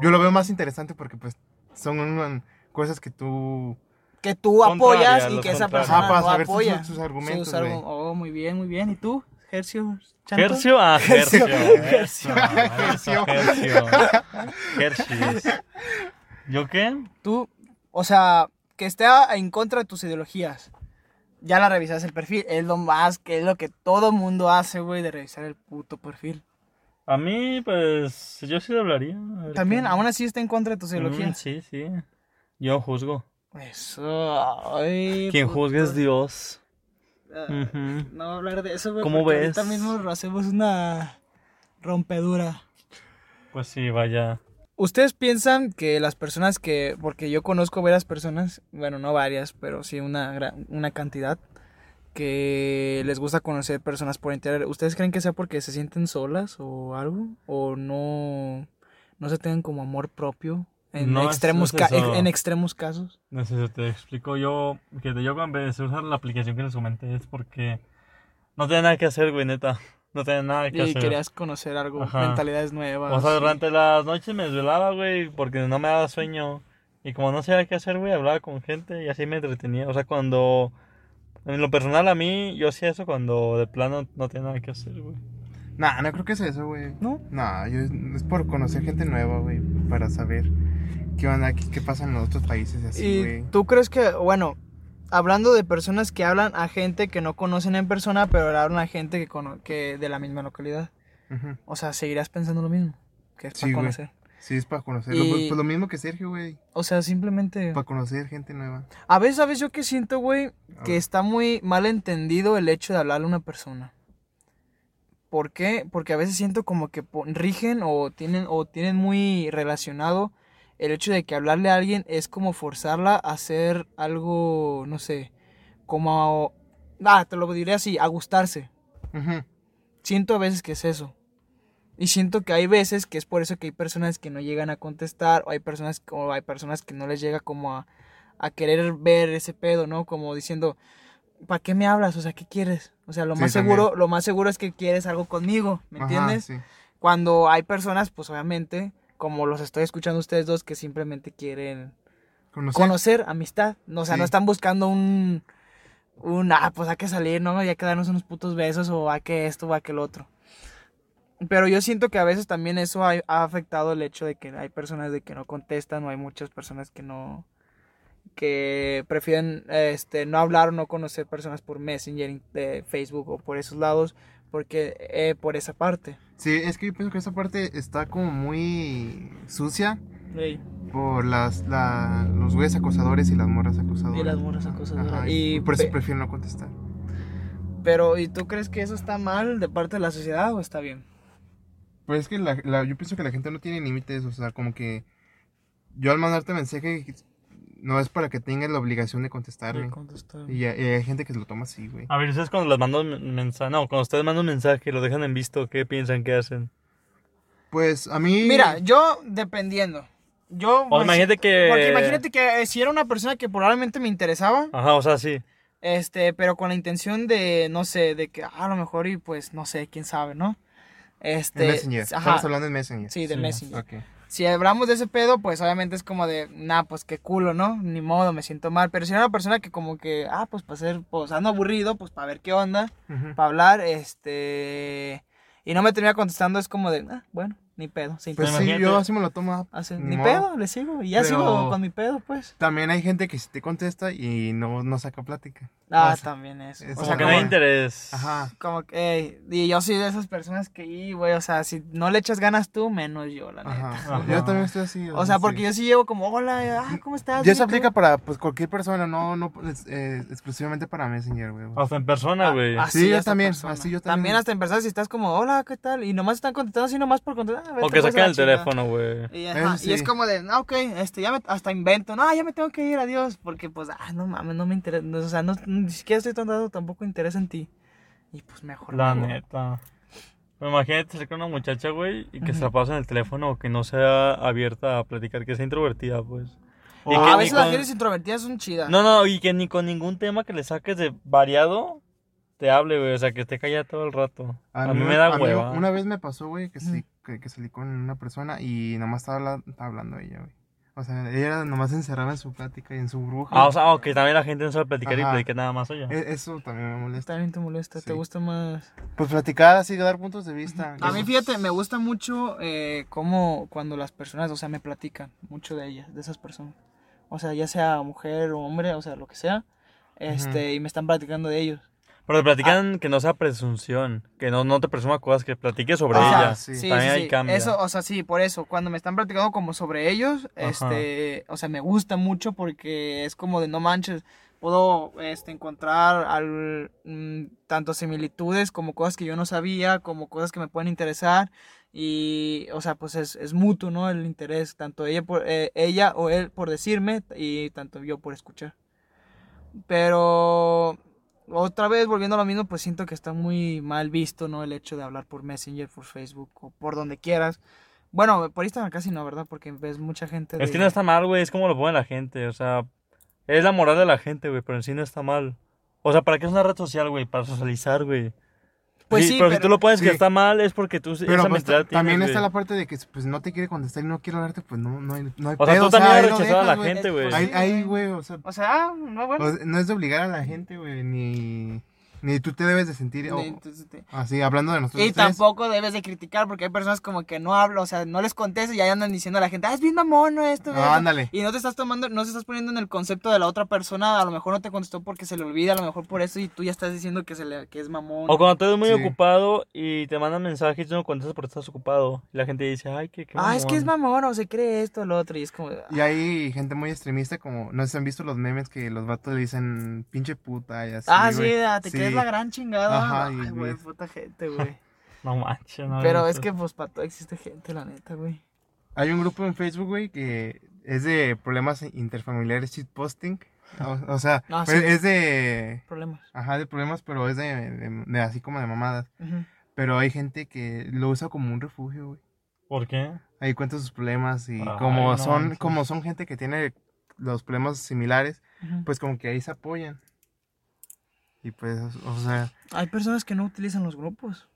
Speaker 3: Yo lo veo más interesante porque, pues, son um, cosas que tú...
Speaker 1: que tú
Speaker 2: Contraria,
Speaker 1: apoyas y
Speaker 2: los
Speaker 1: que esa
Speaker 2: contrarios.
Speaker 1: persona
Speaker 3: Ah, para
Speaker 1: no
Speaker 3: saber sus-
Speaker 1: apoya.
Speaker 3: sus argumentos,
Speaker 1: argu-
Speaker 3: güey.
Speaker 1: Oh, muy bien, muy bien. ¿Y tú, Hercio? Chanto?
Speaker 2: Gercio a Gercio.
Speaker 1: Gercio.
Speaker 2: Ah, Gercio. Gercio. Gercio. ¿Yo qué?
Speaker 1: Tú, o sea, que esté a- en contra de tus ideologías. Ya la revisas el perfil. Es lo más que es lo que todo mundo hace, güey, de revisar el puto perfil.
Speaker 2: A mí, pues, yo sí le hablaría. a ver
Speaker 1: También, ah,
Speaker 2: qué-
Speaker 1: aún así está en contra de tus
Speaker 2: Mm,
Speaker 1: ideologías.
Speaker 2: Sí, sí. Yo juzgo.
Speaker 1: Eso. ay,
Speaker 2: Quien
Speaker 1: puto.
Speaker 2: juzgue es Dios.
Speaker 1: Ah,
Speaker 2: Ujú.
Speaker 1: No hablar de eso, güey.
Speaker 2: ¿Cómo
Speaker 1: porque
Speaker 2: ves?
Speaker 1: Ahorita mismo hacemos una rompedura.
Speaker 2: Pues sí, vaya.
Speaker 1: ¿Ustedes piensan que las personas que, porque yo conozco varias personas, bueno, no varias, pero sí una, gran- una cantidad, que les gusta conocer personas por internet, ¿ustedes creen que sea porque se sienten solas o algo? ¿O no, no se tengan como amor propio en,
Speaker 2: No, es-
Speaker 1: extremos,
Speaker 2: no es
Speaker 1: ca-
Speaker 2: eso.
Speaker 1: en extremos casos?
Speaker 2: No sé si te explico yo. Que yo cuando empecé a usar la aplicación que les comenté es porque no tenía nada que hacer, güey, neta. No tenía nada que
Speaker 1: Y
Speaker 2: hacer.
Speaker 1: querías conocer algo,
Speaker 2: Ajá.
Speaker 1: mentalidades nuevas.
Speaker 2: O sea,
Speaker 1: Pues, sí.
Speaker 2: durante las noches me desvelaba, güey, porque no me daba sueño. Y como no sabía qué hacer, güey, hablaba con gente y así me entretenía. O sea, cuando... En lo personal a mí, yo hacía eso cuando de plano no tenía nada que hacer, güey.
Speaker 3: Nah, no creo que es eso, güey.
Speaker 1: ¿No?
Speaker 3: Nah, yo, es por conocer gente nueva, güey. Para saber qué onda, qué, qué pasa en los otros países y así,
Speaker 1: ¿Y
Speaker 3: güey.
Speaker 1: tú crees que, bueno, hablando de personas que hablan a gente que no conocen en persona, pero le hablan a gente que, cono- que de la misma localidad?
Speaker 3: Ujú.
Speaker 1: O sea, seguirás pensando lo mismo, que es
Speaker 3: Sí,
Speaker 1: para
Speaker 3: güey.
Speaker 1: conocer.
Speaker 3: Sí, es para conocerlo.
Speaker 1: Y-
Speaker 3: Pues, pues lo mismo que Sergio, güey.
Speaker 1: O sea, simplemente...
Speaker 3: Para conocer gente nueva.
Speaker 1: A veces, ¿sabes yo que siento, güey?
Speaker 3: A
Speaker 1: Que
Speaker 3: ver.
Speaker 1: está muy mal entendido el hecho de hablarle a una persona. ¿Por qué? Porque a veces siento como que pon- rigen o tienen, o tienen muy relacionado el hecho de que hablarle a alguien es como forzarla a hacer algo, no sé, como... a- ah, te lo diré así, a gustarse.
Speaker 3: Ujú.
Speaker 1: Siento a veces que es eso. Y siento que hay veces que es por eso que hay personas que no llegan a contestar, o hay personas, o hay personas que no les llega como a, a querer ver ese pedo, ¿no? Como diciendo, ¿para qué me hablas? O sea, ¿qué quieres? O sea, lo
Speaker 3: Sí,
Speaker 1: más
Speaker 3: también.
Speaker 1: seguro, lo más seguro es que quieres algo conmigo, ¿me
Speaker 3: Ajá,
Speaker 1: entiendes?
Speaker 3: sí.
Speaker 1: Cuando hay personas, pues obviamente, como los estoy escuchando ustedes dos, que simplemente quieren
Speaker 3: Conocer.
Speaker 1: conocer, amistad. No, o sea,
Speaker 3: ¿Ah, Sí.
Speaker 1: no están buscando un, un, ah, pues hay que salir, ¿no? Ya quedarnos unos putos besos o a que esto o a que el otro. Pero yo siento que a veces también eso ha, ha afectado el hecho de que hay personas de que no contestan o hay muchas personas que no que prefieren este no hablar o no conocer personas por Messenger, eh, Facebook o por esos lados porque eh, por esa parte.
Speaker 3: sí, es que yo pienso que esa parte está como muy sucia por las, la- los güeyes acosadores y las morras acosadoras.
Speaker 1: Y las morras acosadoras.
Speaker 3: Ah, y,
Speaker 1: Y
Speaker 3: por eso
Speaker 1: pe-
Speaker 3: prefiero no contestar.
Speaker 1: Pero, ¿y tú crees que eso está mal de parte de la sociedad o está bien?
Speaker 3: Pues es que la- la- yo pienso que la gente no tiene límites, o sea, como que yo al mandarte mensaje no es para que tengas la obligación de contestarle. Y, ya- y hay gente que se lo toma así, güey.
Speaker 2: A ver, ustedes cuando las mandan mensaje, no, cuando ustedes mandan mensaje y lo dejan en visto, ¿qué piensan que hacen?
Speaker 3: Pues a mí...
Speaker 1: Mira, yo dependiendo. Yo.
Speaker 2: O
Speaker 1: pues,
Speaker 2: imagínate que... Ah.
Speaker 1: Porque imagínate que eh, si era una persona que probablemente me interesaba,
Speaker 2: Ajá, o sea, sí.
Speaker 1: este, pero con la intención de, no sé, de que ah, a lo mejor y pues no sé, quién sabe, ¿no? Este.
Speaker 3: En Messenger.
Speaker 1: Ajá.
Speaker 3: Estamos hablando en Messenger.
Speaker 1: Sí, del
Speaker 2: Sí.
Speaker 1: Messenger.
Speaker 3: Ok.
Speaker 1: Si hablamos de ese pedo, pues obviamente es como de, nah, pues qué culo, ¿no? Ni modo, me siento mal. Pero si era una persona que como que, ah, pues para ser, pues ando aburrido, pues para ver qué onda,
Speaker 3: Ujú.
Speaker 1: para hablar, este... Y no me termina contestando, es como de, ah, bueno, ni pedo, sin
Speaker 3: Pues
Speaker 1: pedo.
Speaker 3: sí,
Speaker 2: Imagínate.
Speaker 3: yo así me lo tomo. ah,
Speaker 1: Así,
Speaker 3: ni
Speaker 1: ni
Speaker 3: modo.
Speaker 1: pedo, le sigo. Y ya
Speaker 3: Pero-
Speaker 1: sigo con mi pedo, pues.
Speaker 3: También hay gente que sí te contesta y no, no saca plática.
Speaker 1: Ah,
Speaker 3: O sea,
Speaker 1: también eso.
Speaker 3: es
Speaker 1: o
Speaker 2: O
Speaker 1: sea,
Speaker 2: sea, que
Speaker 3: como
Speaker 2: no hay
Speaker 1: como,
Speaker 3: que-
Speaker 2: interés.
Speaker 3: Ajá.
Speaker 1: como que, ey, y yo soy de esas personas que, y, güey, o sea, si no le echas ganas tú, menos yo, la neta.
Speaker 3: Ajá.
Speaker 2: Ajá.
Speaker 3: Yo también estoy así.
Speaker 1: O sea, porque
Speaker 3: sí.
Speaker 1: yo sí llevo como, hola, ah, ¿cómo estás?
Speaker 3: Ya
Speaker 1: Bien,
Speaker 3: se
Speaker 1: ¿tú?
Speaker 3: aplica para pues, cualquier persona, no, no es- eh, exclusivamente para Messenger, güey.
Speaker 2: Hasta en
Speaker 1: Ah,
Speaker 2: persona, güey.
Speaker 1: así
Speaker 3: Sí, yo
Speaker 1: hasta
Speaker 3: también, así yo también.
Speaker 1: hasta en persona si estás como, hola, ¿qué tal? Y nomás están contestando así nomás por contestar. Ah,
Speaker 2: O
Speaker 1: vete,
Speaker 2: que
Speaker 1: pues, a
Speaker 2: saquen
Speaker 1: la
Speaker 2: el
Speaker 1: chingada.
Speaker 2: teléfono, güey.
Speaker 1: Y, ajá,
Speaker 3: Eso
Speaker 1: y es
Speaker 3: sí.
Speaker 1: como de, ah, ok, este, ya me, hasta invento, no, ya me tengo que ir, adiós, porque pues, ah, no mames, no me interesa, no, o sea, no, ni siquiera estoy dando tampoco interés en ti. Y pues mejor.
Speaker 2: La
Speaker 1: no.
Speaker 2: neta. Pero imagínate ser con una muchacha, güey, y que se
Speaker 1: Ajá.
Speaker 2: la pasa en el teléfono o que no sea abierta a platicar, que sea introvertida, pues.
Speaker 1: O
Speaker 2: Y que
Speaker 1: a
Speaker 2: ni
Speaker 1: veces las
Speaker 2: con-
Speaker 1: mujeres introvertidas son
Speaker 3: Ah.
Speaker 1: chidas.
Speaker 2: No, no, y que ni con ningún tema que le saques de variado te hable, güey. O sea, que te calla todo el rato. A, mí, me
Speaker 3: a
Speaker 2: da
Speaker 3: mí
Speaker 2: hueva.
Speaker 3: Una vez me pasó, güey, que, sí- que, que salí con una persona y nomás estaba, habla- estaba hablando ella, güey. O sea, ella era nomás encerrada en su plática y en su burbuja.
Speaker 2: Ah, o sea, o que también la gente no sabe platicar y
Speaker 3: Ajá.
Speaker 2: platica nada más oye.
Speaker 3: E- Eso también me molesta.
Speaker 1: También te molesta, te
Speaker 3: Sí.
Speaker 1: gusta más.
Speaker 3: Pues platicar así, dar puntos de vista.
Speaker 1: A mí, fíjate, me gusta mucho eh, cómo cuando las personas, o sea, me platican mucho de ellas, de esas personas. O sea, ya sea mujer o hombre, o sea, lo que sea. Este, y me están platicando de ellos.
Speaker 2: Pero te platican que no sea presunción, que no, no te presuma cosas, que platiques sobre
Speaker 3: Ah,
Speaker 2: ella.
Speaker 3: sí.
Speaker 2: También ahí cambia.
Speaker 1: Eso, o sea, sí, por eso. Cuando me están platicando como sobre ellos,
Speaker 2: Ajá.
Speaker 1: este, o sea, me gusta mucho porque es como de no manches. Puedo este, encontrar al, mm, tanto similitudes como cosas que yo no sabía, como cosas que me pueden interesar. Y, o sea, pues es, es mutuo, ¿no? El interés, tanto ella, por, eh, ella o él por decirme y tanto yo por escuchar. Pero otra vez volviendo a lo mismo, pues siento que está muy mal visto, ¿no? El hecho de hablar por Messenger, por Facebook o por donde quieras. Bueno, por Instagram casi no, ¿verdad? Porque ves mucha gente.
Speaker 2: Es que
Speaker 1: de-
Speaker 2: no está mal, güey, es como lo pone la gente, o sea, es la moral de la gente, güey, pero en sí no está mal. O sea, ¿para qué es una red social, güey? Para socializar, güey.
Speaker 1: Pues sí,
Speaker 2: pero, si
Speaker 1: pero-
Speaker 2: tú lo pones que
Speaker 3: Sí.
Speaker 2: está mal es porque tú
Speaker 3: Pero
Speaker 2: esa
Speaker 3: pues,
Speaker 2: mentalidad
Speaker 3: ta- también
Speaker 2: tienes,
Speaker 3: está
Speaker 2: güey.
Speaker 3: la parte de que pues no te quiere contestar y no quiere hablarte, pues no, no hay, no hay
Speaker 2: O sea,
Speaker 3: pedo,
Speaker 2: tú también
Speaker 3: ahí
Speaker 2: has
Speaker 3: lo
Speaker 2: rechazado a la
Speaker 3: dejas, güey.
Speaker 2: gente, güey.
Speaker 1: Pues
Speaker 3: Ahí,
Speaker 1: sí,
Speaker 3: ahí,
Speaker 1: güey.
Speaker 3: güey, o sea,
Speaker 1: O sea, ah, no, bueno.
Speaker 3: o sea, no es de obligar a la gente, güey, ni, ni tú te debes de sentir o-
Speaker 1: de- entonces te-
Speaker 3: así, hablando de nosotros.
Speaker 1: Y
Speaker 3: tres.
Speaker 1: tampoco debes de criticar porque hay personas como que no hablo, o sea, no les contestas y ahí andan diciendo a la gente, ah, es bien mamón esto,
Speaker 3: Ah,
Speaker 1: esto".
Speaker 3: ándale.
Speaker 1: Y no te estás tomando, no te estás poniendo en el concepto de la otra persona, a lo mejor no te contestó porque se le olvida, a lo mejor por eso y tú ya estás diciendo que se le que es mamón.
Speaker 2: O cuando tú eres muy
Speaker 3: Sí.
Speaker 2: ocupado y te mandan mensajes y tú no contestas porque estás ocupado. Y la gente dice, ay, qué, qué
Speaker 1: ah, es que es
Speaker 2: mamón".
Speaker 1: mamón, o se cree esto, lo otro, y es como, de,
Speaker 3: Y hay gente muy extremista, como, no sé si han visto los memes que los vatos le dicen pinche puta y así.
Speaker 1: Ah, sí,
Speaker 3: güey.
Speaker 1: ah, te crees la gran chingada.
Speaker 3: Ajá,
Speaker 1: Ay,
Speaker 3: y-
Speaker 1: güey, puta gente, güey.
Speaker 2: No manches, no.
Speaker 1: Pero
Speaker 2: güey,
Speaker 1: es
Speaker 2: pues.
Speaker 1: que, pues, para todo existe gente, la neta, güey.
Speaker 3: Hay un grupo en Facebook, güey, que es de problemas interfamiliares shitposting. O, o sea,
Speaker 1: Ah,
Speaker 3: pues,
Speaker 1: sí.
Speaker 3: es de.
Speaker 1: Problemas.
Speaker 3: Ajá, de problemas, pero es de, de- de así como de mamadas.
Speaker 1: Ujú.
Speaker 3: Pero hay gente que lo usa como un refugio, güey.
Speaker 2: ¿Por qué?
Speaker 3: Ahí cuenta sus problemas y
Speaker 2: Ay,
Speaker 3: como
Speaker 2: no
Speaker 3: son
Speaker 2: manches.
Speaker 3: como son gente que tiene los problemas similares,
Speaker 1: Ujú.
Speaker 3: pues como que ahí se apoyan. Y pues, o sea,
Speaker 1: Hay personas que no utilizan los grupos.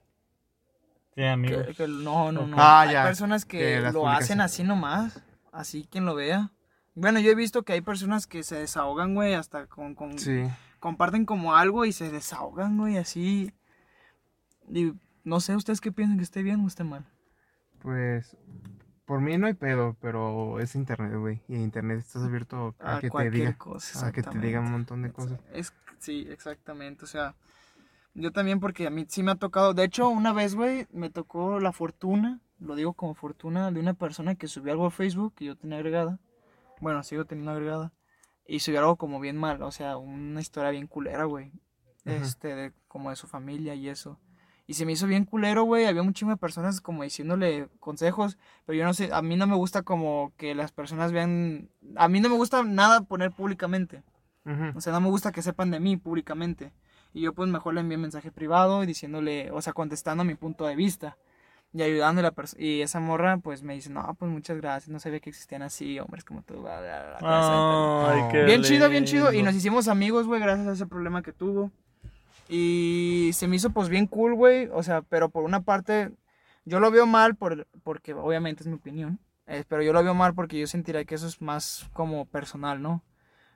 Speaker 2: Tiene amigos.
Speaker 1: Que, que no, no, no.
Speaker 3: Ah,
Speaker 1: hay
Speaker 3: ya,
Speaker 1: personas que,
Speaker 3: que las
Speaker 1: lo hacen
Speaker 3: publicaciones.
Speaker 1: así nomás. Así quien lo vea. Bueno, yo he visto que hay personas que se desahogan, güey, hasta con, con,
Speaker 3: sí.
Speaker 1: comparten como algo y se desahogan, güey, así. Y no sé, ¿ustedes qué piensan? ¿Que esté bien o esté mal?
Speaker 3: Pues por mí no hay pedo, pero es internet, güey. Y en internet estás abierto a, que te
Speaker 1: cualquier
Speaker 3: diga,
Speaker 1: cosa,
Speaker 3: a que te
Speaker 1: exactamente.
Speaker 3: diga un montón de cosas.
Speaker 1: Es, sí, exactamente. O sea, yo también porque a mí sí me ha tocado. De hecho, una vez, güey, me tocó la fortuna, lo digo como fortuna, de una persona que subió algo a Facebook que yo tenía agregada. Bueno, sigo teniendo agregada. Y subió algo como bien mal, o sea, una historia bien culera, güey. este, de, como de su familia y eso. Y se me hizo bien culero, güey. Había un chingo de personas como diciéndole consejos. Pero yo no sé, a mí no me gusta como que las personas vean. A mí no me gusta nada poner públicamente. O sea, no me gusta que sepan de mí públicamente. Y yo, pues, mejor le envié un mensaje privado y diciéndole, o sea, contestando mi punto de vista. Y ayudándole a la persona. Y esa morra, pues, me dice, no, pues, muchas gracias. No sabía que existían así hombres como tú. bla, bla, bla, bla,
Speaker 2: Ay,
Speaker 3: Ay,
Speaker 2: qué
Speaker 1: Ah, bien chido, bien chido. Y
Speaker 2: lindo.
Speaker 1: nos hicimos amigos, güey, gracias a ese problema que tuvo. Y se me hizo pues bien cool, güey. O sea, pero por una parte, yo lo veo mal por, porque obviamente es mi opinión. eh, pero yo lo veo mal porque yo sentiría que eso es más como personal, ¿no?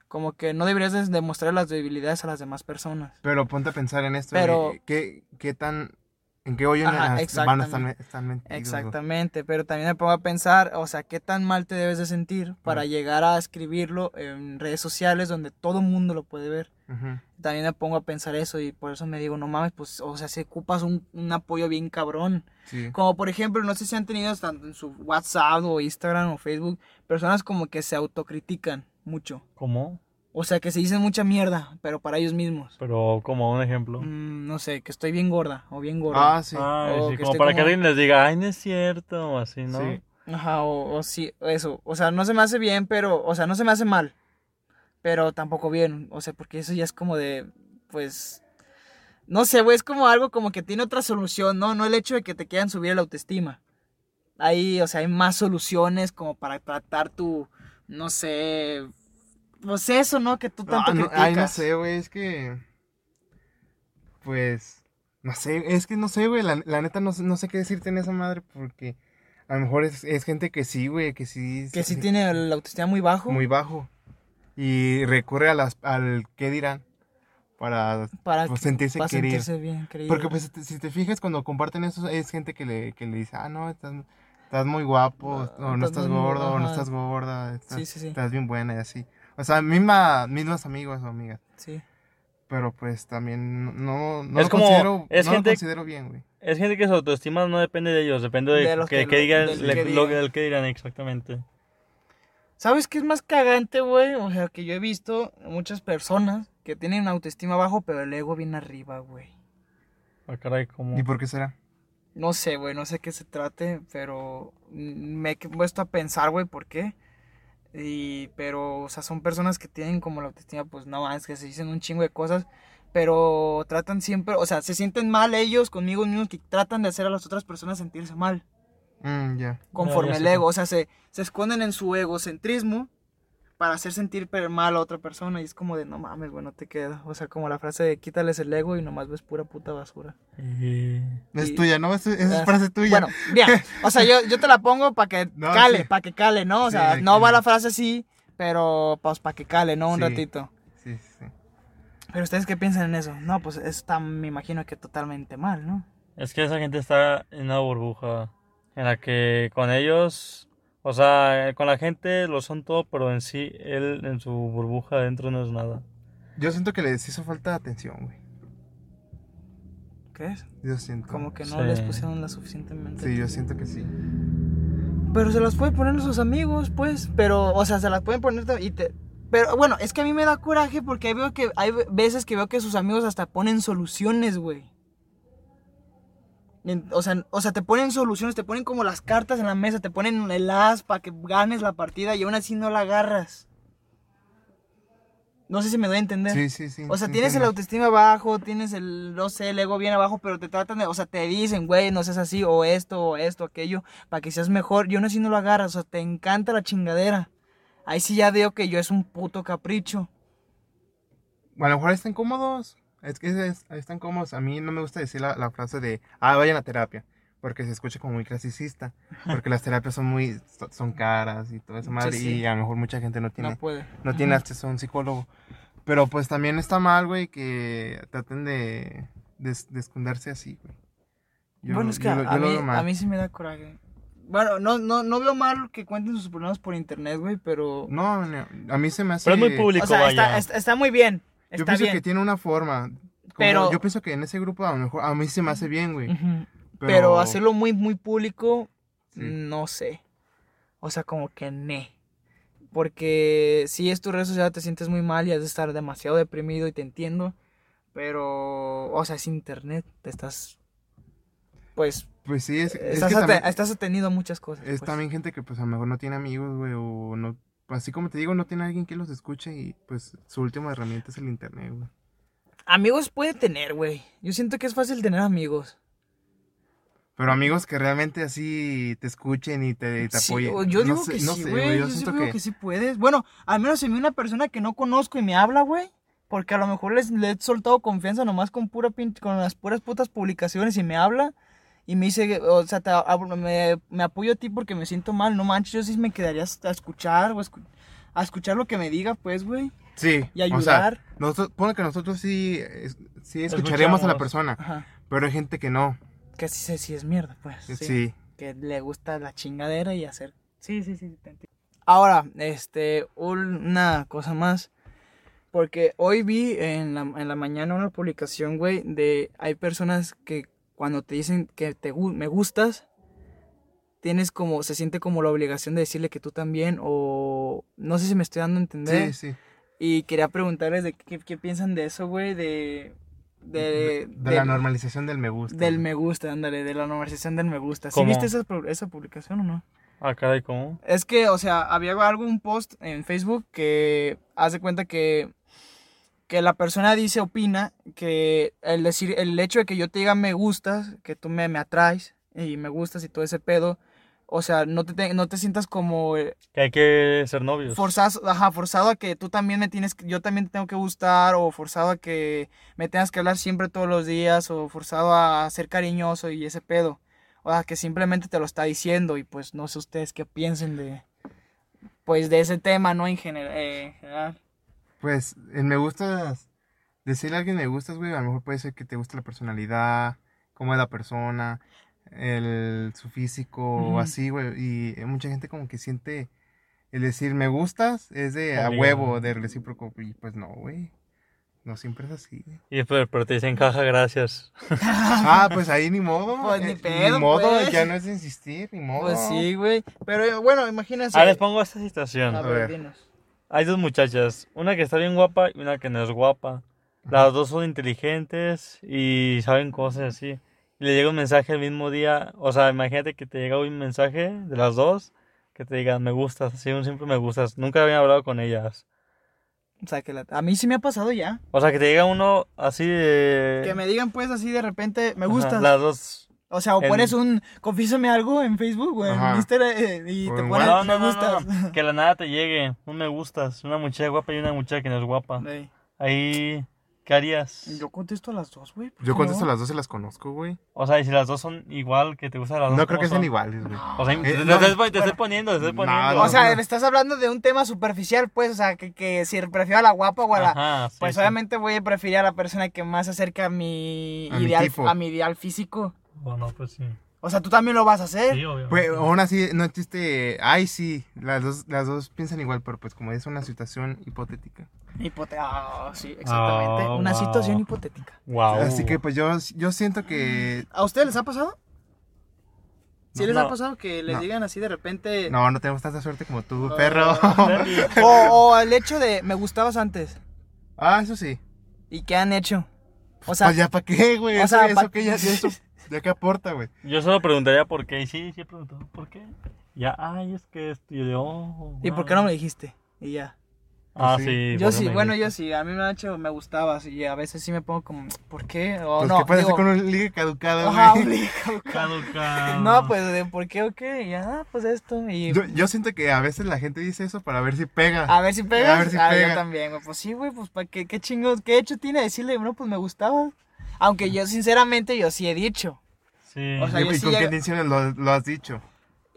Speaker 1: Como que no deberías des- demostrar las debilidades a las demás personas.
Speaker 3: Pero ponte a pensar en esto.
Speaker 1: Pero-
Speaker 3: de ¿qué, ¿Qué tan... ¿En qué hoyo
Speaker 1: Ajá,
Speaker 3: nas- van a estar,
Speaker 1: exactamente.
Speaker 3: están metidos, güey?
Speaker 1: Exactamente, pero también me pongo a pensar, o sea, qué tan mal te debes de sentir para
Speaker 3: Ujú.
Speaker 1: llegar a escribirlo en redes sociales donde todo el mundo lo puede ver.
Speaker 3: Ujú.
Speaker 1: también me pongo a pensar eso y por eso me digo, no mames, pues, o sea, si ocupas un, un apoyo bien cabrón.
Speaker 3: Sí.
Speaker 1: Como por ejemplo, no sé si han tenido tanto en su WhatsApp o Instagram o Facebook, personas como que se autocritican mucho.
Speaker 2: ¿Cómo?
Speaker 1: O sea, que se dicen mucha mierda, pero para ellos mismos.
Speaker 2: Pero como un ejemplo.
Speaker 1: Mm, no sé, que estoy bien gorda o bien gordo.
Speaker 3: Ah, sí.
Speaker 2: Ay,
Speaker 1: O
Speaker 2: sí,
Speaker 1: que
Speaker 2: como
Speaker 1: esté
Speaker 2: para que
Speaker 1: como-
Speaker 2: alguien les diga, ay, no es cierto, o así, ¿no?
Speaker 3: Sí.
Speaker 1: Ajá, o, o sí, eso. O sea, no se me hace bien, pero, o sea, no se me hace mal. Pero tampoco bien. O sea, porque eso ya es como de, pues, no sé, güey, es como algo como que tiene otra solución, ¿no? No el hecho de que te quieran subir la autoestima. Ahí, o sea, hay más soluciones como para tratar tu, no sé, pues eso, ¿no? Que tú tanto
Speaker 3: Ah, no,
Speaker 1: criticas.
Speaker 3: ay, no sé, güey, es que... Pues... No sé, es que no sé, güey, la, la neta no, sé- no sé qué decirte en esa madre porque a lo mejor es, es gente que sí, güey, que sí...
Speaker 1: Que sí tiene la autoestima muy bajo
Speaker 3: Muy bajo. Y recurre a las, al qué dirán para
Speaker 1: para,
Speaker 3: pues,
Speaker 1: que-
Speaker 3: sentirse
Speaker 1: para
Speaker 3: querido.
Speaker 1: sentirse bien, creído.
Speaker 3: Porque pues te- si te fijas cuando comparten eso es gente que le, que le dice, ah, no, estás, estás muy guapo,
Speaker 1: Ah,
Speaker 3: o no,
Speaker 1: estás
Speaker 3: estás
Speaker 1: muy-
Speaker 3: gordo, o no
Speaker 1: ajá.
Speaker 3: estás gorda, estás,
Speaker 1: Sí, sí, sí.
Speaker 3: estás bien buena y así. O sea, misma, mismas amigos o amigas.
Speaker 1: Sí. pero
Speaker 3: Pero pues también no, no
Speaker 2: Es
Speaker 3: lo
Speaker 2: como-
Speaker 3: considero,
Speaker 2: es
Speaker 3: no
Speaker 2: gente-
Speaker 3: lo considero bien, güey.
Speaker 2: Es gente que su autoestima no depende de ellos, depende de,
Speaker 1: De los
Speaker 2: que,
Speaker 1: que
Speaker 2: que
Speaker 1: lo-
Speaker 2: digan,
Speaker 1: del
Speaker 2: le-
Speaker 1: que
Speaker 2: lo-
Speaker 1: digan.
Speaker 2: del que dirán exactamente.
Speaker 1: ¿Sabes qué es más cagante, güey? O sea, que yo he visto muchas personas que tienen una autoestima bajo, pero el ego bien arriba, güey.
Speaker 2: Ah, caray, ¿cómo?
Speaker 3: ¿Y pues- por qué será?
Speaker 1: No sé, güey, no sé qué se trate, pero mm, me he puesto a pensar, güey, por qué. Y, pero, o sea, son personas que tienen como la autoestima, pues no, es que se dicen un chingo de cosas, pero tratan siempre, o sea, se sienten mal ellos conmigo mismos que tratan de hacer a las otras personas sentirse mal.
Speaker 3: Mm, ya.
Speaker 1: conforme
Speaker 2: Ya, ya
Speaker 1: el
Speaker 2: sé.
Speaker 1: ego. O sea, se, se esconden en su egocentrismo para hacer sentir per- mal a otra persona. Y es como de, no mames, güey, no te queda. O sea, como la frase de quítales el ego y nomás ves pura puta basura.
Speaker 2: Y-
Speaker 3: Es
Speaker 1: Y-
Speaker 3: tuya, ¿no? Es, esa
Speaker 1: Ah,
Speaker 3: es frase tuya.
Speaker 1: Bueno, bien. O sea, yo, yo te la pongo para que
Speaker 3: No,
Speaker 1: cale,
Speaker 3: sí.
Speaker 1: para que cale, ¿no? O
Speaker 3: Sí,
Speaker 1: sea,
Speaker 3: de
Speaker 1: no
Speaker 3: que-
Speaker 1: va la frase así, pero pues para que cale, ¿no? Un
Speaker 3: Sí.
Speaker 1: ratito.
Speaker 3: Sí, sí, sí.
Speaker 1: Pero ustedes qué piensan en eso? No, pues está, me imagino que totalmente mal, ¿no?
Speaker 2: Es que esa gente está en una burbuja en la que con ellos, o sea, con la gente lo son todo, pero en sí, él en su burbuja adentro no es nada.
Speaker 3: Yo siento que les hizo falta de atención, güey.
Speaker 1: ¿Crees?
Speaker 3: Yo siento.
Speaker 1: Como que no
Speaker 2: Sí.
Speaker 1: les pusieron la suficientemente.
Speaker 3: Sí, yo siento que sí.
Speaker 1: Pero se las puede poner a sus amigos, pues. Pero, o sea, se las pueden poner tam- y te... Pero bueno, es que a mí me da coraje porque veo que hay veces que veo que sus amigos hasta ponen soluciones, güey. En- O sea, o sea, te ponen soluciones, te ponen como las cartas en la mesa, te ponen el as para que ganes la partida y aún así no la agarras. No sé si me doy a entender.
Speaker 3: Sí, sí, sí.
Speaker 1: O sea, tienes el
Speaker 3: entiendo.
Speaker 1: autoestima bajo, tienes el, no sé, el ego bien abajo, pero te tratan de, o sea, te dicen, güey, no seas así, o esto, o esto, aquello, para que seas mejor. Yo no así no lo agarras, o sea, te encanta la chingadera. Ahí sí ya veo que yo es un puto capricho.
Speaker 3: A lo mejor están cómodos. Es que es- están cómodos. A mí no me gusta decir la, la frase de, ah, vayan a terapia. Porque se escucha como muy clasicista. Porque las terapias son muy, so- son caras y todo eso,
Speaker 1: Sí,
Speaker 3: madre.
Speaker 1: sí.
Speaker 3: Y a lo mejor mucha gente no tiene,
Speaker 1: No puede.
Speaker 3: no tiene acceso a un psicólogo. Pero pues también está mal, güey, que traten de, de, de esconderse así, güey. Yo-
Speaker 1: bueno, es que
Speaker 3: yo
Speaker 1: a,
Speaker 3: lo- yo
Speaker 1: a
Speaker 3: lo
Speaker 1: mí,
Speaker 3: veo mal.
Speaker 1: a mí sí me da coraje. Bueno, no, no, no veo mal que cuenten sus problemas por internet, güey, pero...
Speaker 3: No, no, a mí se me hace...
Speaker 2: Pero es muy público,
Speaker 1: o sea,
Speaker 2: vaya.
Speaker 1: está, está, está muy bien.
Speaker 3: Yo
Speaker 1: Está
Speaker 3: pienso que
Speaker 1: bien.
Speaker 3: tiene una forma. Como-
Speaker 1: Pero-
Speaker 3: Yo pienso que en ese grupo a lo mejor a mí se me hace bien, güey.
Speaker 1: Ujú.
Speaker 3: Pero,
Speaker 1: pero hacerlo muy, muy público,
Speaker 3: Sí.
Speaker 1: no sé. O sea, como que ne. Porque si es tu red social, te sientes muy mal y has de estar demasiado deprimido y te entiendo. Pero, o sea, es internet, te estás, pues,
Speaker 3: Pues sí, es, es
Speaker 1: estás,
Speaker 3: que
Speaker 1: ate-
Speaker 3: también,
Speaker 1: estás atenido a muchas cosas.
Speaker 3: es
Speaker 1: pues.
Speaker 3: también gente que pues a lo mejor no tiene amigos, güey, o no, así como te digo, no tiene alguien que los escuche y pues su última herramienta es el internet, güey.
Speaker 1: Amigos puede tener, güey. Yo siento que es fácil tener amigos.
Speaker 3: Pero amigos que realmente así te escuchen y te, y te
Speaker 1: Sí,
Speaker 3: apoyen.
Speaker 1: o- yo
Speaker 3: No
Speaker 1: digo
Speaker 3: sé-
Speaker 1: que
Speaker 3: no
Speaker 1: sí,
Speaker 3: sé,
Speaker 1: güey.
Speaker 3: Yo
Speaker 1: yo sí
Speaker 3: siento
Speaker 1: digo
Speaker 3: que,
Speaker 1: que... sí puedes. Bueno, al menos si me una persona que no conozco y me habla, güey. Porque a lo mejor les, le he soltado confianza nomás con pura pin- con las puras putas publicaciones y me habla. Y me dice, o sea, te hablo- me, me apoyo a ti porque me siento mal. No manches, yo sí me quedaría a escuchar o escu- a escuchar lo que me diga, pues, güey.
Speaker 3: sí.
Speaker 1: Y
Speaker 3: O sea,
Speaker 1: ayudar.
Speaker 3: nosotros, pone que nosotros sí, es- sí escucharíamos a la
Speaker 2: Escuchamos.
Speaker 3: persona,
Speaker 1: Ajá.
Speaker 3: pero hay gente que no.
Speaker 1: Que sí, sí, sí es mierda, pues.
Speaker 3: Sí.
Speaker 1: que le gusta la chingadera y hacer. Sí, sí, sí, te entiendo. Ahora, este, una cosa más. Porque hoy vi en la, en la mañana una publicación, güey, de hay personas que cuando te dicen que te, gu- me gustas, tienes como, se siente como la obligación de decirle que tú también, o no sé si me estoy dando a entender.
Speaker 3: sí, sí.
Speaker 1: Y quería preguntarles de qué, qué piensan de eso, güey, de...
Speaker 3: De,
Speaker 1: De,
Speaker 3: de la
Speaker 1: del-
Speaker 3: normalización del me gusta.
Speaker 1: Del
Speaker 3: güey.
Speaker 1: me gusta, ándale, de la normalización del me gusta. ¿Sí
Speaker 2: ¿Cómo?
Speaker 1: viste esa, pu- esa publicación o no?
Speaker 2: Ah, caray, ¿cómo?
Speaker 1: Es que, o sea, había algo, un post en Facebook que hace cuenta que, que la persona dice, opina, que el decir, el hecho de que yo te diga me gustas, que tú me, me atraes y me gustas y todo ese pedo, o sea, no te, te- no te sientas como eh,
Speaker 2: Que hay que ser novios.
Speaker 1: forzas- ajá, forzado a que tú también me tienes, que- yo también te tengo que gustar, o forzado a que me tengas que hablar siempre todos los días, o forzado a ser cariñoso y ese pedo. O sea, que simplemente te lo está diciendo y pues no sé ustedes qué piensen de, pues de ese tema, ¿no? En gener- eh, en general.
Speaker 3: Pues, el me gustas, decirle a alguien me gustas, güey, a lo mejor puede ser que te guste la personalidad, cómo es la persona, el, su físico,
Speaker 1: Ujú.
Speaker 3: o así, güey. Y eh, mucha gente como que siente el decir me gustas es de a
Speaker 2: Obligado.
Speaker 3: huevo, de recíproco. Y pues no, güey. No siempre es así.
Speaker 2: Y después, pero te dicen, caja, gracias.
Speaker 3: Ah, pues ahí ni modo.
Speaker 1: Pues, ni
Speaker 3: eh,
Speaker 1: pedo,
Speaker 3: Ni modo,
Speaker 1: pues.
Speaker 3: ya no es de insistir, ni modo.
Speaker 1: Pues sí, güey. Pero eh, bueno, imagínense.
Speaker 2: Oh. Ah, les pongo esta
Speaker 1: A
Speaker 2: situación.
Speaker 1: ver,
Speaker 3: ver.
Speaker 1: dinos.
Speaker 2: Hay dos muchachas, una que está bien guapa y una que no es guapa. Las dos son inteligentes y saben cosas así. Y le llega un mensaje el mismo día. O sea, imagínate que te llega un mensaje de las dos que te digan, me gustas, así un simple me gustas. Nunca había hablado con ellas.
Speaker 1: O sea, que la- a mí sí me ha pasado ya.
Speaker 2: O sea, que te llega uno así de...
Speaker 1: Que me digan pues así de repente, me
Speaker 2: Ajá,
Speaker 1: gusta.
Speaker 2: Las dos.
Speaker 1: O sea, o
Speaker 2: En-
Speaker 1: pones un confiésame algo en Facebook o en
Speaker 3: Ajá.
Speaker 1: Instagram eh, y
Speaker 3: O
Speaker 1: te
Speaker 3: en
Speaker 1: ponen
Speaker 2: Pues, No, no,
Speaker 1: me
Speaker 2: no, no,
Speaker 1: gustas.
Speaker 2: Que a la nada te llegue un me gustas. Una muchacha guapa y una muchacha que no es guapa.
Speaker 1: Ey,
Speaker 2: Ahí, ¿qué harías?
Speaker 1: Yo contesto a las dos, güey. ¿por
Speaker 3: Yo
Speaker 1: qué
Speaker 3: contesto
Speaker 1: no?
Speaker 3: las dos y las conozco, güey.
Speaker 2: O sea, y si las dos son igual, que te gustan las dos.
Speaker 3: No creo que
Speaker 2: ¿cómo
Speaker 3: sean
Speaker 2: son?
Speaker 3: iguales, güey.
Speaker 2: O
Speaker 1: Eh,
Speaker 2: sea, te, te-
Speaker 3: no,
Speaker 2: te estoy, te estoy poniendo, te estoy
Speaker 3: no,
Speaker 2: poniendo.
Speaker 3: no,
Speaker 1: O sea,
Speaker 3: no.
Speaker 1: me estás hablando de un tema superficial, pues, o sea, que, que si prefiero a la guapa o a la...
Speaker 2: Ajá, sí,
Speaker 1: pues
Speaker 2: sí.
Speaker 1: obviamente voy a preferir a la persona que más se acerca a mi,
Speaker 3: A mi
Speaker 1: ideal,
Speaker 3: tipo.
Speaker 1: a mi ideal físico.
Speaker 2: Bueno, pues sí.
Speaker 1: O sea, tú también lo vas a hacer.
Speaker 2: Sí, obvio.
Speaker 3: Pues aún así no existe, ay sí, las dos, las dos piensan igual, pero pues como es una situación hipotética.
Speaker 1: Hipote- ah, sí, exactamente.
Speaker 2: Ah,
Speaker 1: Una
Speaker 2: wow.
Speaker 1: situación hipotética.
Speaker 2: Wow.
Speaker 3: Así que pues yo, yo siento que...
Speaker 1: ¿A ustedes les ha pasado? ¿Sí
Speaker 2: No.
Speaker 1: les ha
Speaker 2: No.
Speaker 1: pasado que les
Speaker 3: No.
Speaker 1: digan así de repente...
Speaker 3: No, no tenemos tanta suerte como tú,
Speaker 1: Mm. Ah.
Speaker 3: perro.
Speaker 1: O, o el hecho de me gustabas antes.
Speaker 3: ah, eso sí.
Speaker 1: ¿Y qué han hecho? O sea,
Speaker 3: pues ya para qué, güey.
Speaker 1: o
Speaker 3: Eso,
Speaker 1: sea,
Speaker 3: eso
Speaker 1: pa'
Speaker 3: que ya,
Speaker 1: qué.
Speaker 3: eso, ya que aporta, güey.
Speaker 2: Yo solo preguntaría por qué. Y sí, sí he preguntado por qué. Ya, ay, es que esto. Y yo, oh,
Speaker 1: ¿y por qué no me dijiste? Y ya.
Speaker 2: Ah,
Speaker 3: Pues sí.
Speaker 2: sí.
Speaker 1: yo
Speaker 2: ¿por qué
Speaker 1: sí,
Speaker 2: me
Speaker 1: bueno, yo
Speaker 2: dijiste?
Speaker 1: sí. A mí me ha hecho, me gustabas. Y a veces sí me pongo como, ¿por qué? O
Speaker 3: pues
Speaker 1: no.
Speaker 3: qué pasa
Speaker 1: digo,
Speaker 3: con un ligue caducado, güey.
Speaker 1: ajá, obligado.
Speaker 2: Caduca.
Speaker 3: Ah.
Speaker 1: No, pues de por qué o qué. Y ya, ah, pues esto. Y
Speaker 3: Yo, yo siento que a veces la gente dice eso para ver si pega.
Speaker 1: a ver si pegas.
Speaker 3: A ver si
Speaker 1: Ah,
Speaker 3: pega.
Speaker 1: yo también, güey. Pues sí, güey, pues para qué, qué chingos, qué hecho tiene decirle, no, pues me gustaba. Aunque yo, sinceramente, yo sí he dicho.
Speaker 2: Sí.
Speaker 1: o sea,
Speaker 3: ¿Y,
Speaker 1: yo
Speaker 3: y
Speaker 1: sí
Speaker 3: con qué
Speaker 1: llego-
Speaker 3: intenciones lo, lo has dicho?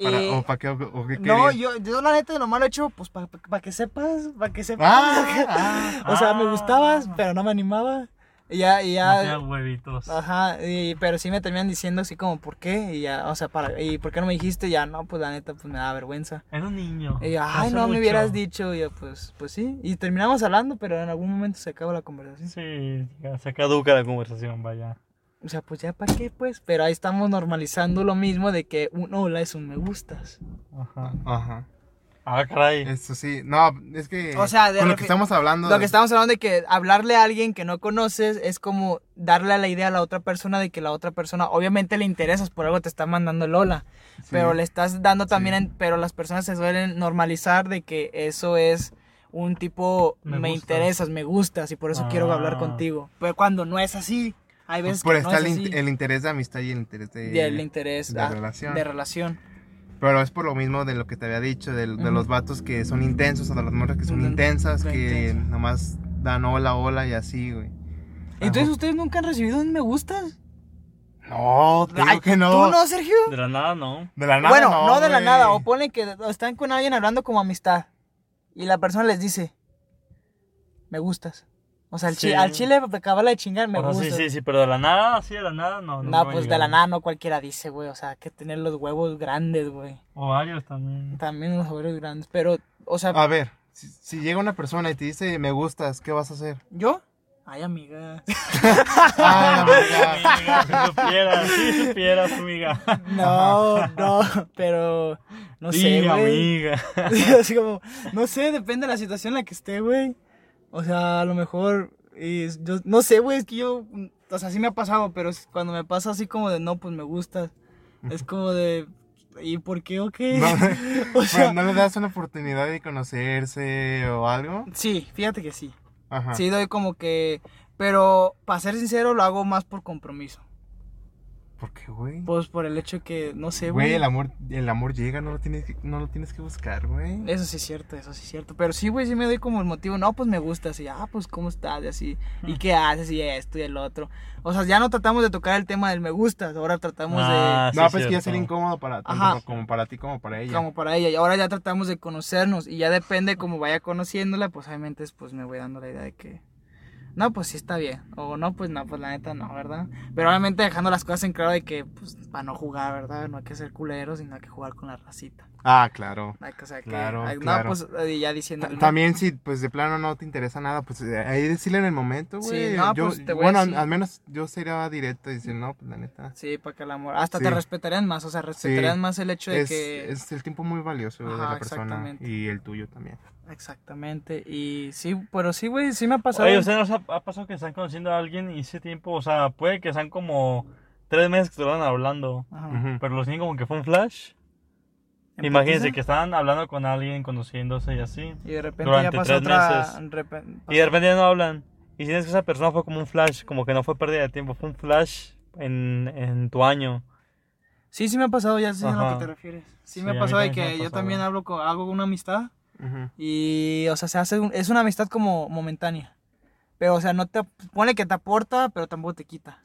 Speaker 3: Para-
Speaker 1: Y-
Speaker 3: ¿O para qué? ¿O, o qué
Speaker 1: No,
Speaker 3: querías?
Speaker 1: yo, yo la neta nomás lo he hecho pues para que sepas, para que sepas.
Speaker 3: Ah,
Speaker 1: o sea, me
Speaker 2: ah.
Speaker 1: gustabas, pero no me animaba. Y ya, y
Speaker 2: No
Speaker 1: ya. Ah.
Speaker 2: sean huevitos.
Speaker 1: ajá, y, pero sí me terminan diciendo así como, ¿por qué? Y ya, o sea, para, ¿y por qué no me dijiste? Ya, no, pues la neta, pues me da vergüenza.
Speaker 2: Era un niño.
Speaker 1: Y yo, ay,
Speaker 2: hace
Speaker 1: no me
Speaker 2: mucho".
Speaker 1: hubieras dicho. Y yo, pues, pues sí. Y terminamos hablando, pero en algún momento se acaba la conversación.
Speaker 2: Sí, ya se caduca la conversación, vaya.
Speaker 1: O sea, pues ya, ¿para qué? Pues, pero ahí estamos normalizando lo mismo de que un hola es un me gustas.
Speaker 2: Ajá.
Speaker 3: Ajá.
Speaker 2: Ah, caray.
Speaker 3: Eso sí, no, es que
Speaker 1: O sea, de
Speaker 3: con lo
Speaker 1: refi-
Speaker 3: que estamos hablando,
Speaker 1: Lo que estamos hablando de que hablarle a alguien que no conoces es como darle la idea a la otra persona de que la otra persona, obviamente le interesas, por algo te está mandando Lola,
Speaker 3: sí.
Speaker 1: pero le estás dando también,
Speaker 3: Sí.
Speaker 1: en- pero las personas se suelen normalizar de que eso es un tipo, me,
Speaker 2: Me gustas.
Speaker 1: interesas, me gustas y por eso quiero hablar
Speaker 2: Ah.
Speaker 1: contigo. Pero cuando no es así, hay
Speaker 3: Pues
Speaker 1: veces
Speaker 3: por
Speaker 1: que no
Speaker 3: está
Speaker 1: es
Speaker 3: el,
Speaker 1: así.
Speaker 3: in- el interés de amistad y el interés de,
Speaker 1: y el interés
Speaker 3: de
Speaker 1: ah,
Speaker 3: relación.
Speaker 1: de relación.
Speaker 3: Pero es por lo mismo de lo que te había dicho, de, de
Speaker 1: Ujú.
Speaker 3: los vatos que son intensos, o de las morras que son
Speaker 1: Ujú,
Speaker 3: intensas,
Speaker 1: la
Speaker 3: que
Speaker 1: intensa.
Speaker 3: nomás dan hola, hola y así, güey. Ah,
Speaker 1: Entonces, ¿ustedes nunca han recibido un me gustas?
Speaker 3: No, te
Speaker 1: Ay,
Speaker 3: digo que no.
Speaker 1: ¿Tú no, Sergio?
Speaker 2: De la nada, no.
Speaker 3: De la nada.
Speaker 1: bueno, no, de la
Speaker 3: güey.
Speaker 1: nada. O ponen que están con alguien hablando como amistad. Y la persona les dice, me gustas. O sea, al,
Speaker 2: Sí.
Speaker 1: chi- al chile me acaba la de chingar, me
Speaker 2: O sea,
Speaker 1: gustas.
Speaker 2: sí, sí, sí, pero de la nada, sí, de la nada, no. nunca
Speaker 1: No,
Speaker 2: me ha
Speaker 1: pues de
Speaker 2: llegado.
Speaker 1: la nada no cualquiera dice, güey. O sea, hay que tener los huevos grandes, güey.
Speaker 2: O varios también.
Speaker 1: También los huevos grandes. Pero, o sea,
Speaker 3: A ver, si, si llega una persona y te dice, me gustas, ¿qué vas a hacer?
Speaker 1: ¿yo? Ay, amiga.
Speaker 3: Ay,
Speaker 2: Ah,
Speaker 3: amiga.
Speaker 2: Amiga, si supieras, si supieras, amiga.
Speaker 1: No, no, pero no sé,
Speaker 2: Sí,
Speaker 1: güey.
Speaker 2: amiga.
Speaker 1: Así como, no sé, depende de la situación en la que esté, güey. O sea, a lo mejor, y yo, no sé, güey, es que yo, mm, o sea, sí me ha pasado, pero es cuando me pasa así como de, no, pues me gustas, es como de, ¿y por qué o qué?
Speaker 3: No,
Speaker 1: o sea,
Speaker 3: Pero, ¿No le das una oportunidad de conocerse o algo?
Speaker 1: sí, fíjate que sí,
Speaker 3: Ajá.
Speaker 1: sí doy como que, pero para ser sincero lo hago más por compromiso,
Speaker 3: ¿Por qué, güey?
Speaker 1: pues por el hecho que, no sé,
Speaker 3: Güey,
Speaker 1: güey.
Speaker 3: el amor, el amor llega, no lo tienes que, no lo tienes que buscar, güey.
Speaker 1: Eso sí es cierto, eso sí es cierto. Pero sí, güey, sí me doy como el motivo. No, pues me gusta, así, ah, pues cómo estás, y así. ¿Y qué haces? Y esto y el otro. O sea, ya no tratamos de tocar el tema del me gusta, ahora tratamos
Speaker 2: Ah, sí,
Speaker 3: No, pues que ya
Speaker 2: cierto.
Speaker 3: sería incómodo para tanto
Speaker 1: Ajá.
Speaker 3: como para ti como para
Speaker 1: de.
Speaker 3: ella.
Speaker 1: Como para ella. Y ahora ya tratamos de conocernos. Y ya depende como vaya conociéndola, pues obviamente pues me voy dando la idea de que. No, pues sí está bien. O no, pues no, pues la neta no, ¿verdad? Pero obviamente dejando las cosas en claro de que, pues, para no jugar, ¿verdad? No hay que ser culeros, sino hay que jugar con la racita.
Speaker 3: Ah, claro.
Speaker 1: Hay que, o sea, que-
Speaker 3: Claro,
Speaker 1: ay, no,
Speaker 3: claro.
Speaker 1: pues, eh, ya diciendo.
Speaker 3: Ta- También si pues de plano no te interesa nada, pues eh, ahí decirle en el momento,
Speaker 1: Sí,
Speaker 3: güey.
Speaker 1: no,
Speaker 3: Yo-
Speaker 1: pues, te voy a
Speaker 3: bueno, al-
Speaker 1: decir.
Speaker 3: al menos yo sería directo y decir, no, pues la neta.
Speaker 1: Sí, para que el amor. Hasta te
Speaker 3: Sí.
Speaker 1: respetarían más, o sea, respetarían
Speaker 3: Sí.
Speaker 1: más el hecho de
Speaker 3: Es,
Speaker 1: que.
Speaker 3: es el tiempo muy valioso güey, de
Speaker 1: Ajá,
Speaker 3: la persona
Speaker 1: exactamente.
Speaker 3: y el tuyo también.
Speaker 1: Exactamente. Y sí, pero sí, güey, sí me ha pasado.
Speaker 2: Oye, ¿ustedes nos ha, ha pasado que están conociendo a alguien y ese tiempo, o sea, puede que sean como tres meses que estuvieron hablando,
Speaker 1: Ajá.
Speaker 3: Ujú.
Speaker 2: pero los niños como que fue un flash.
Speaker 1: ¿En
Speaker 2: Imagínense
Speaker 1: putiza?
Speaker 2: que estaban hablando con alguien, conociéndose y así.
Speaker 1: Y de repente ya
Speaker 2: durante
Speaker 1: pasó
Speaker 2: tres
Speaker 1: otra.
Speaker 2: meses.
Speaker 1: repen-
Speaker 2: Y de repente ya no hablan. Y sientes que esa persona fue como un flash, como que no fue pérdida de tiempo, fue un flash en, en tu año.
Speaker 1: Sí, sí me ha pasado, ya sé a lo
Speaker 2: Ajá.
Speaker 1: que te refieres. Sí,
Speaker 2: Sí,
Speaker 1: me
Speaker 2: a
Speaker 1: ha
Speaker 2: mí
Speaker 1: pasado de
Speaker 2: también
Speaker 1: que
Speaker 2: sí me
Speaker 1: yo
Speaker 2: ha pasado.
Speaker 1: también hablo con, hago una amistad
Speaker 3: Ujú.
Speaker 1: y, o sea, se hace un- es una amistad como momentánea. Pero, o sea, no te pone que te aporta, pero tampoco te quita.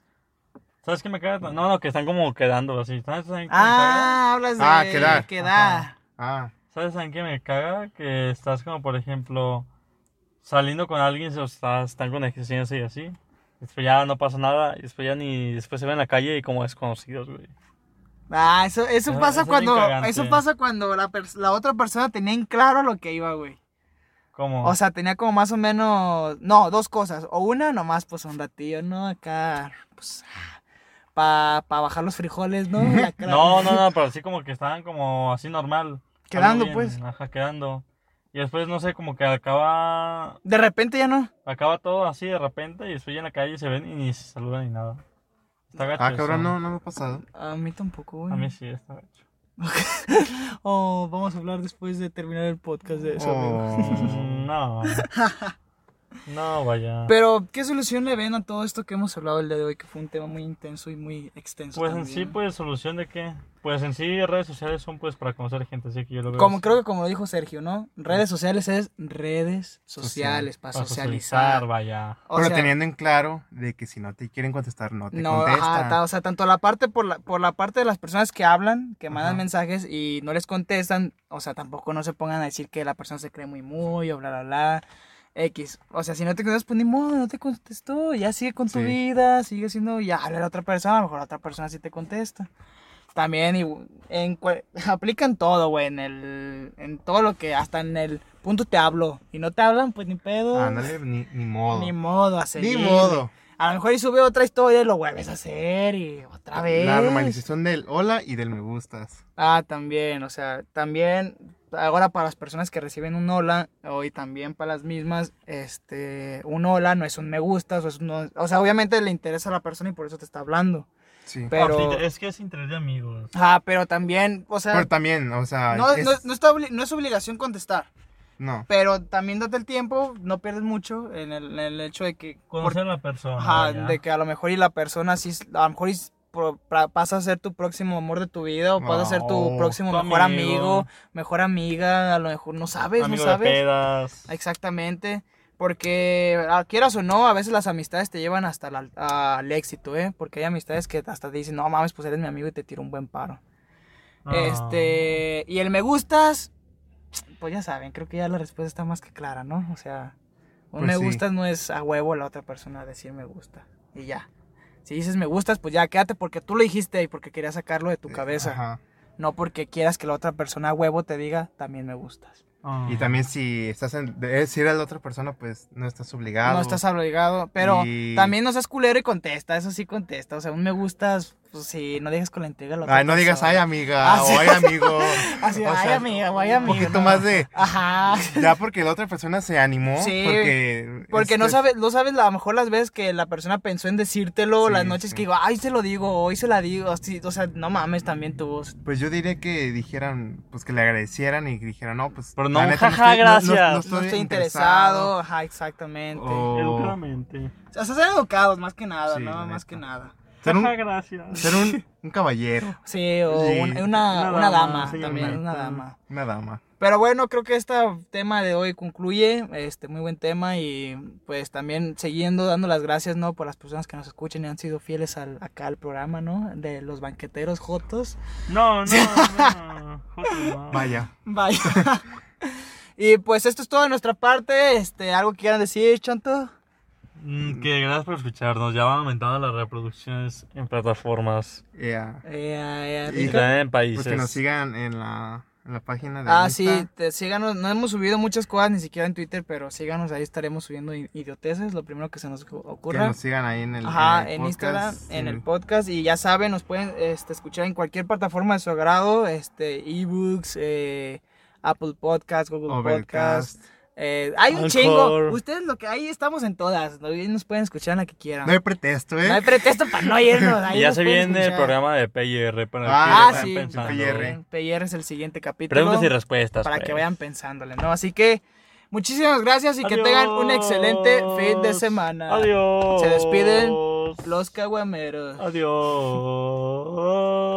Speaker 2: ¿Sabes qué me queda? No, no, que están como quedando así. ¿Sabes también qué me caga?
Speaker 1: Ah, hablas de
Speaker 3: Ah, quedar.
Speaker 1: quedar.
Speaker 3: Ah,
Speaker 2: ¿Sabes también qué me caga? Que estás como, por ejemplo, saliendo con alguien, o estás, están con exigencia y así. Después ya no pasa nada, y después ya ni, después se ven en la calle y como desconocidos, güey.
Speaker 1: Ah, eso, eso
Speaker 2: Eso-
Speaker 1: pasa
Speaker 2: eso es bien
Speaker 1: cuando.
Speaker 2: cagante.
Speaker 1: Eso pasa cuando la, pers- la otra persona tenía en claro a lo que iba, güey.
Speaker 2: Como,
Speaker 1: O sea, tenía como más o menos. No, dos cosas. O una, nomás, pues un ratillo, ¿no? Acá. Pues. Para bajar los frijoles, ¿no? La cara-
Speaker 2: no, no, no, pero así como que estaban como así normal.
Speaker 1: Quedando,
Speaker 2: Algo bien,
Speaker 1: pues.
Speaker 2: Ajá, quedando. Y después, no sé, como que acaba,
Speaker 1: De repente ya no.
Speaker 2: acaba todo así de repente y después ya en la calle se ven y ni se saludan ni nada. Está gacho
Speaker 3: ah cabrón,
Speaker 2: eso.
Speaker 3: no, no me ha pasado.
Speaker 1: A mí tampoco, güey.
Speaker 2: A mí sí, está gacho.
Speaker 1: Oh, vamos a hablar después de terminar el podcast de eso, amigo.
Speaker 3: Oh.
Speaker 2: Mm, No. No, vaya.
Speaker 1: Pero, ¿qué solución le ven a todo esto que hemos hablado el día de hoy? Que fue un tema muy intenso y muy extenso.
Speaker 2: Pues en
Speaker 1: también,
Speaker 2: sí,
Speaker 1: ¿no?
Speaker 2: pues, ¿solución de qué? Pues en sí, redes sociales son pues para conocer gente, así que yo lo veo.
Speaker 1: Como
Speaker 2: así.
Speaker 1: creo que como lo dijo Sergio, ¿no?
Speaker 2: Mm.
Speaker 1: Redes sociales es redes sociales para
Speaker 2: Para
Speaker 1: socializar.
Speaker 2: vaya.
Speaker 1: O
Speaker 3: Pero
Speaker 1: sea,
Speaker 3: teniendo en claro de que si no te quieren contestar, no te
Speaker 1: no,
Speaker 3: contestan.
Speaker 1: ajá, ta- o sea, tanto la parte por la, por la parte de las personas que hablan, que mandan
Speaker 3: Ajá.
Speaker 1: mensajes y no les contestan, o sea, tampoco no se pongan a decir que la persona se cree muy muy o bla bla bla. X, o sea, si no te contestas, pues ni modo, no te contestó, ya sigue con tu
Speaker 3: Sí.
Speaker 1: vida, sigue siendo, ya habla a la otra persona, a lo mejor la otra persona sí te contesta. También y, en, cua- aplican todo, güey, en, el, en todo lo que, hasta en el punto te hablo, y no te hablan, pues ni pedo,
Speaker 3: Ándale, ni, ni modo.
Speaker 1: ni modo a
Speaker 3: Ni
Speaker 1: seguir.
Speaker 3: modo.
Speaker 1: A lo mejor y sube otra historia y lo vuelves a hacer y otra vez.
Speaker 3: La normalización del hola y del me gustas.
Speaker 1: Ah, también, o sea, también ahora para las personas que reciben un hola o, y también para las mismas, este, un hola no es un me gustas, o, es un no- o sea, obviamente le interesa a la persona y por eso te está hablando.
Speaker 3: Sí. Pero,
Speaker 1: Pero,
Speaker 2: Ah, sí, Es que es interés de amigos.
Speaker 1: ah, pero también, o sea,
Speaker 3: también, o sea,
Speaker 1: no,
Speaker 3: es-
Speaker 1: no, no está obli- no es obligación contestar.
Speaker 3: no.
Speaker 1: Pero también date el tiempo, no pierdes mucho en el, en el hecho de que, por-
Speaker 2: Conocer a la persona.
Speaker 1: ajá,
Speaker 2: ya.
Speaker 1: de que a lo mejor y la persona sí, es- a lo mejor y es pro- pra- pasa a ser tu próximo amor de tu vida o pasa a ser tu
Speaker 2: No,
Speaker 1: próximo
Speaker 2: tu
Speaker 1: mejor amigo.
Speaker 2: amigo.
Speaker 1: mejor amiga, a lo mejor no sabes,
Speaker 2: Amigo
Speaker 1: pues, no
Speaker 2: de
Speaker 1: sabes.
Speaker 2: pedas.
Speaker 1: Exactamente. Porque ah, quieras o no, a veces las amistades te llevan hasta la- al éxito, ¿eh? Porque hay amistades que hasta te dicen, no mames, pues eres mi amigo y te tiro un buen paro.
Speaker 2: Ah.
Speaker 1: Este, y el me gustas, pues ya saben, creo que ya la respuesta está más que clara, ¿no? O sea, un
Speaker 3: Pues
Speaker 1: me
Speaker 3: sí.
Speaker 1: gustas no es a huevo la otra persona decir me gusta. Y ya. Si dices me gustas, pues ya quédate porque tú lo dijiste y porque querías sacarlo de tu cabeza.
Speaker 3: Eh, Ajá.
Speaker 1: No porque quieras que la otra persona a huevo te diga también me gustas.
Speaker 2: Ah.
Speaker 3: Y también si estás en, de- eh, si eres la otra persona, pues no estás obligado.
Speaker 1: No estás obligado, pero
Speaker 3: Y-
Speaker 1: también no seas culero y contesta, eso sí contesta. O sea, un me gustas, pues sí, no dejes con la intriga a la otra
Speaker 3: Ay, no digas, ay,
Speaker 1: persona.
Speaker 3: amiga,
Speaker 1: Ah,
Speaker 3: o
Speaker 1: sí.
Speaker 3: ay, amigo.
Speaker 1: Así,
Speaker 3: O
Speaker 1: ay,
Speaker 3: sea,
Speaker 1: amiga, o ay,
Speaker 3: Un
Speaker 1: amigo,
Speaker 3: poquito
Speaker 1: no.
Speaker 3: más de.
Speaker 1: Ajá.
Speaker 3: Ya porque la otra persona se animó.
Speaker 1: Sí,
Speaker 3: porque.
Speaker 1: Porque no
Speaker 3: este-
Speaker 1: sabes, no sabes la- a lo mejor las veces que la persona pensó en decírtelo,
Speaker 3: Sí,
Speaker 1: las noches
Speaker 3: sí.
Speaker 1: que digo, ay, se lo digo, hoy se la digo, así, o sea, no mames, también tú.
Speaker 3: Pues yo diría que dijeran, pues que le agradecieran y dijeran, no, pues.
Speaker 2: Pero no
Speaker 3: la
Speaker 2: un
Speaker 3: neta,
Speaker 2: jaja,
Speaker 3: estoy-
Speaker 2: gracias.
Speaker 3: No,
Speaker 1: No estoy interesado, ajá, exactamente.
Speaker 3: O-
Speaker 2: Educadamente.
Speaker 1: O sea, ser educados más que nada,
Speaker 3: Sí,
Speaker 1: ¿no?
Speaker 3: la
Speaker 1: Más
Speaker 3: neta.
Speaker 1: que nada.
Speaker 3: Ser un,
Speaker 2: Ajá, gracias.
Speaker 3: ser un, un caballero,
Speaker 1: Sí, o
Speaker 3: Sí.
Speaker 1: un- una,
Speaker 2: Una
Speaker 1: una
Speaker 2: dama,
Speaker 1: dama,
Speaker 2: señorita.
Speaker 1: también, una dama.
Speaker 3: una dama.
Speaker 1: Pero bueno, creo que este tema de hoy concluye, este muy buen tema y pues también siguiendo dando las gracias, ¿no? Por las personas que nos escuchan y han sido fieles al, acá al programa, ¿no? De los banqueteros jotos.
Speaker 2: No, no, no. Joder, no.
Speaker 3: Vaya.
Speaker 1: Vaya. y pues esto es todo de nuestra parte, este, algo que quieran decir, Chanto.
Speaker 2: Mm, que gracias por escucharnos. Ya van aumentando las reproducciones en plataformas.
Speaker 3: ea.
Speaker 1: Eh, eh,
Speaker 3: Y
Speaker 2: Y
Speaker 1: Rica.
Speaker 2: también en países.
Speaker 3: Pues que nos sigan en la, en la página de.
Speaker 1: Ah,
Speaker 3: Insta.
Speaker 1: sí, te- síganos, no hemos subido muchas cosas ni siquiera en Twitter, pero síganos, ahí estaremos subiendo i- idioteces, lo primero que se nos
Speaker 3: Que
Speaker 1: ocurra.
Speaker 3: nos sigan ahí en el.
Speaker 1: Ajá,
Speaker 3: el
Speaker 1: en
Speaker 3: podcast,
Speaker 1: Instagram, en
Speaker 3: sí.
Speaker 1: el podcast. Y ya saben, nos pueden este, escuchar en cualquier plataforma de su agrado. Este, ebooks, eh, Apple Podcast, Google Podcast.
Speaker 3: Overcast.
Speaker 1: eh, hay un
Speaker 2: Anchor.
Speaker 1: chingo. Ustedes lo que ahí estamos en todas. ¿no? Y nos pueden escuchar en la que quieran.
Speaker 3: No hay pretexto, ¿eh?
Speaker 1: No hay pretexto para no irnos.
Speaker 2: Y
Speaker 1: ahí
Speaker 2: ya
Speaker 1: nos
Speaker 2: se
Speaker 1: pueden
Speaker 2: viene el
Speaker 1: escuchar.
Speaker 2: programa de PYR. Para
Speaker 3: Ah,
Speaker 1: Ah,
Speaker 2: que
Speaker 1: sí.
Speaker 2: vayan pensando.
Speaker 1: PYR. PYR es el siguiente capítulo.
Speaker 2: Preguntas y respuestas.
Speaker 1: Para que
Speaker 2: pues.
Speaker 1: vayan pensándole, ¿no? Así que muchísimas gracias y que tengan un excelente fin de
Speaker 2: Adiós.
Speaker 1: semana.
Speaker 2: Adiós.
Speaker 1: Se despiden Los caguameros.
Speaker 2: Adiós.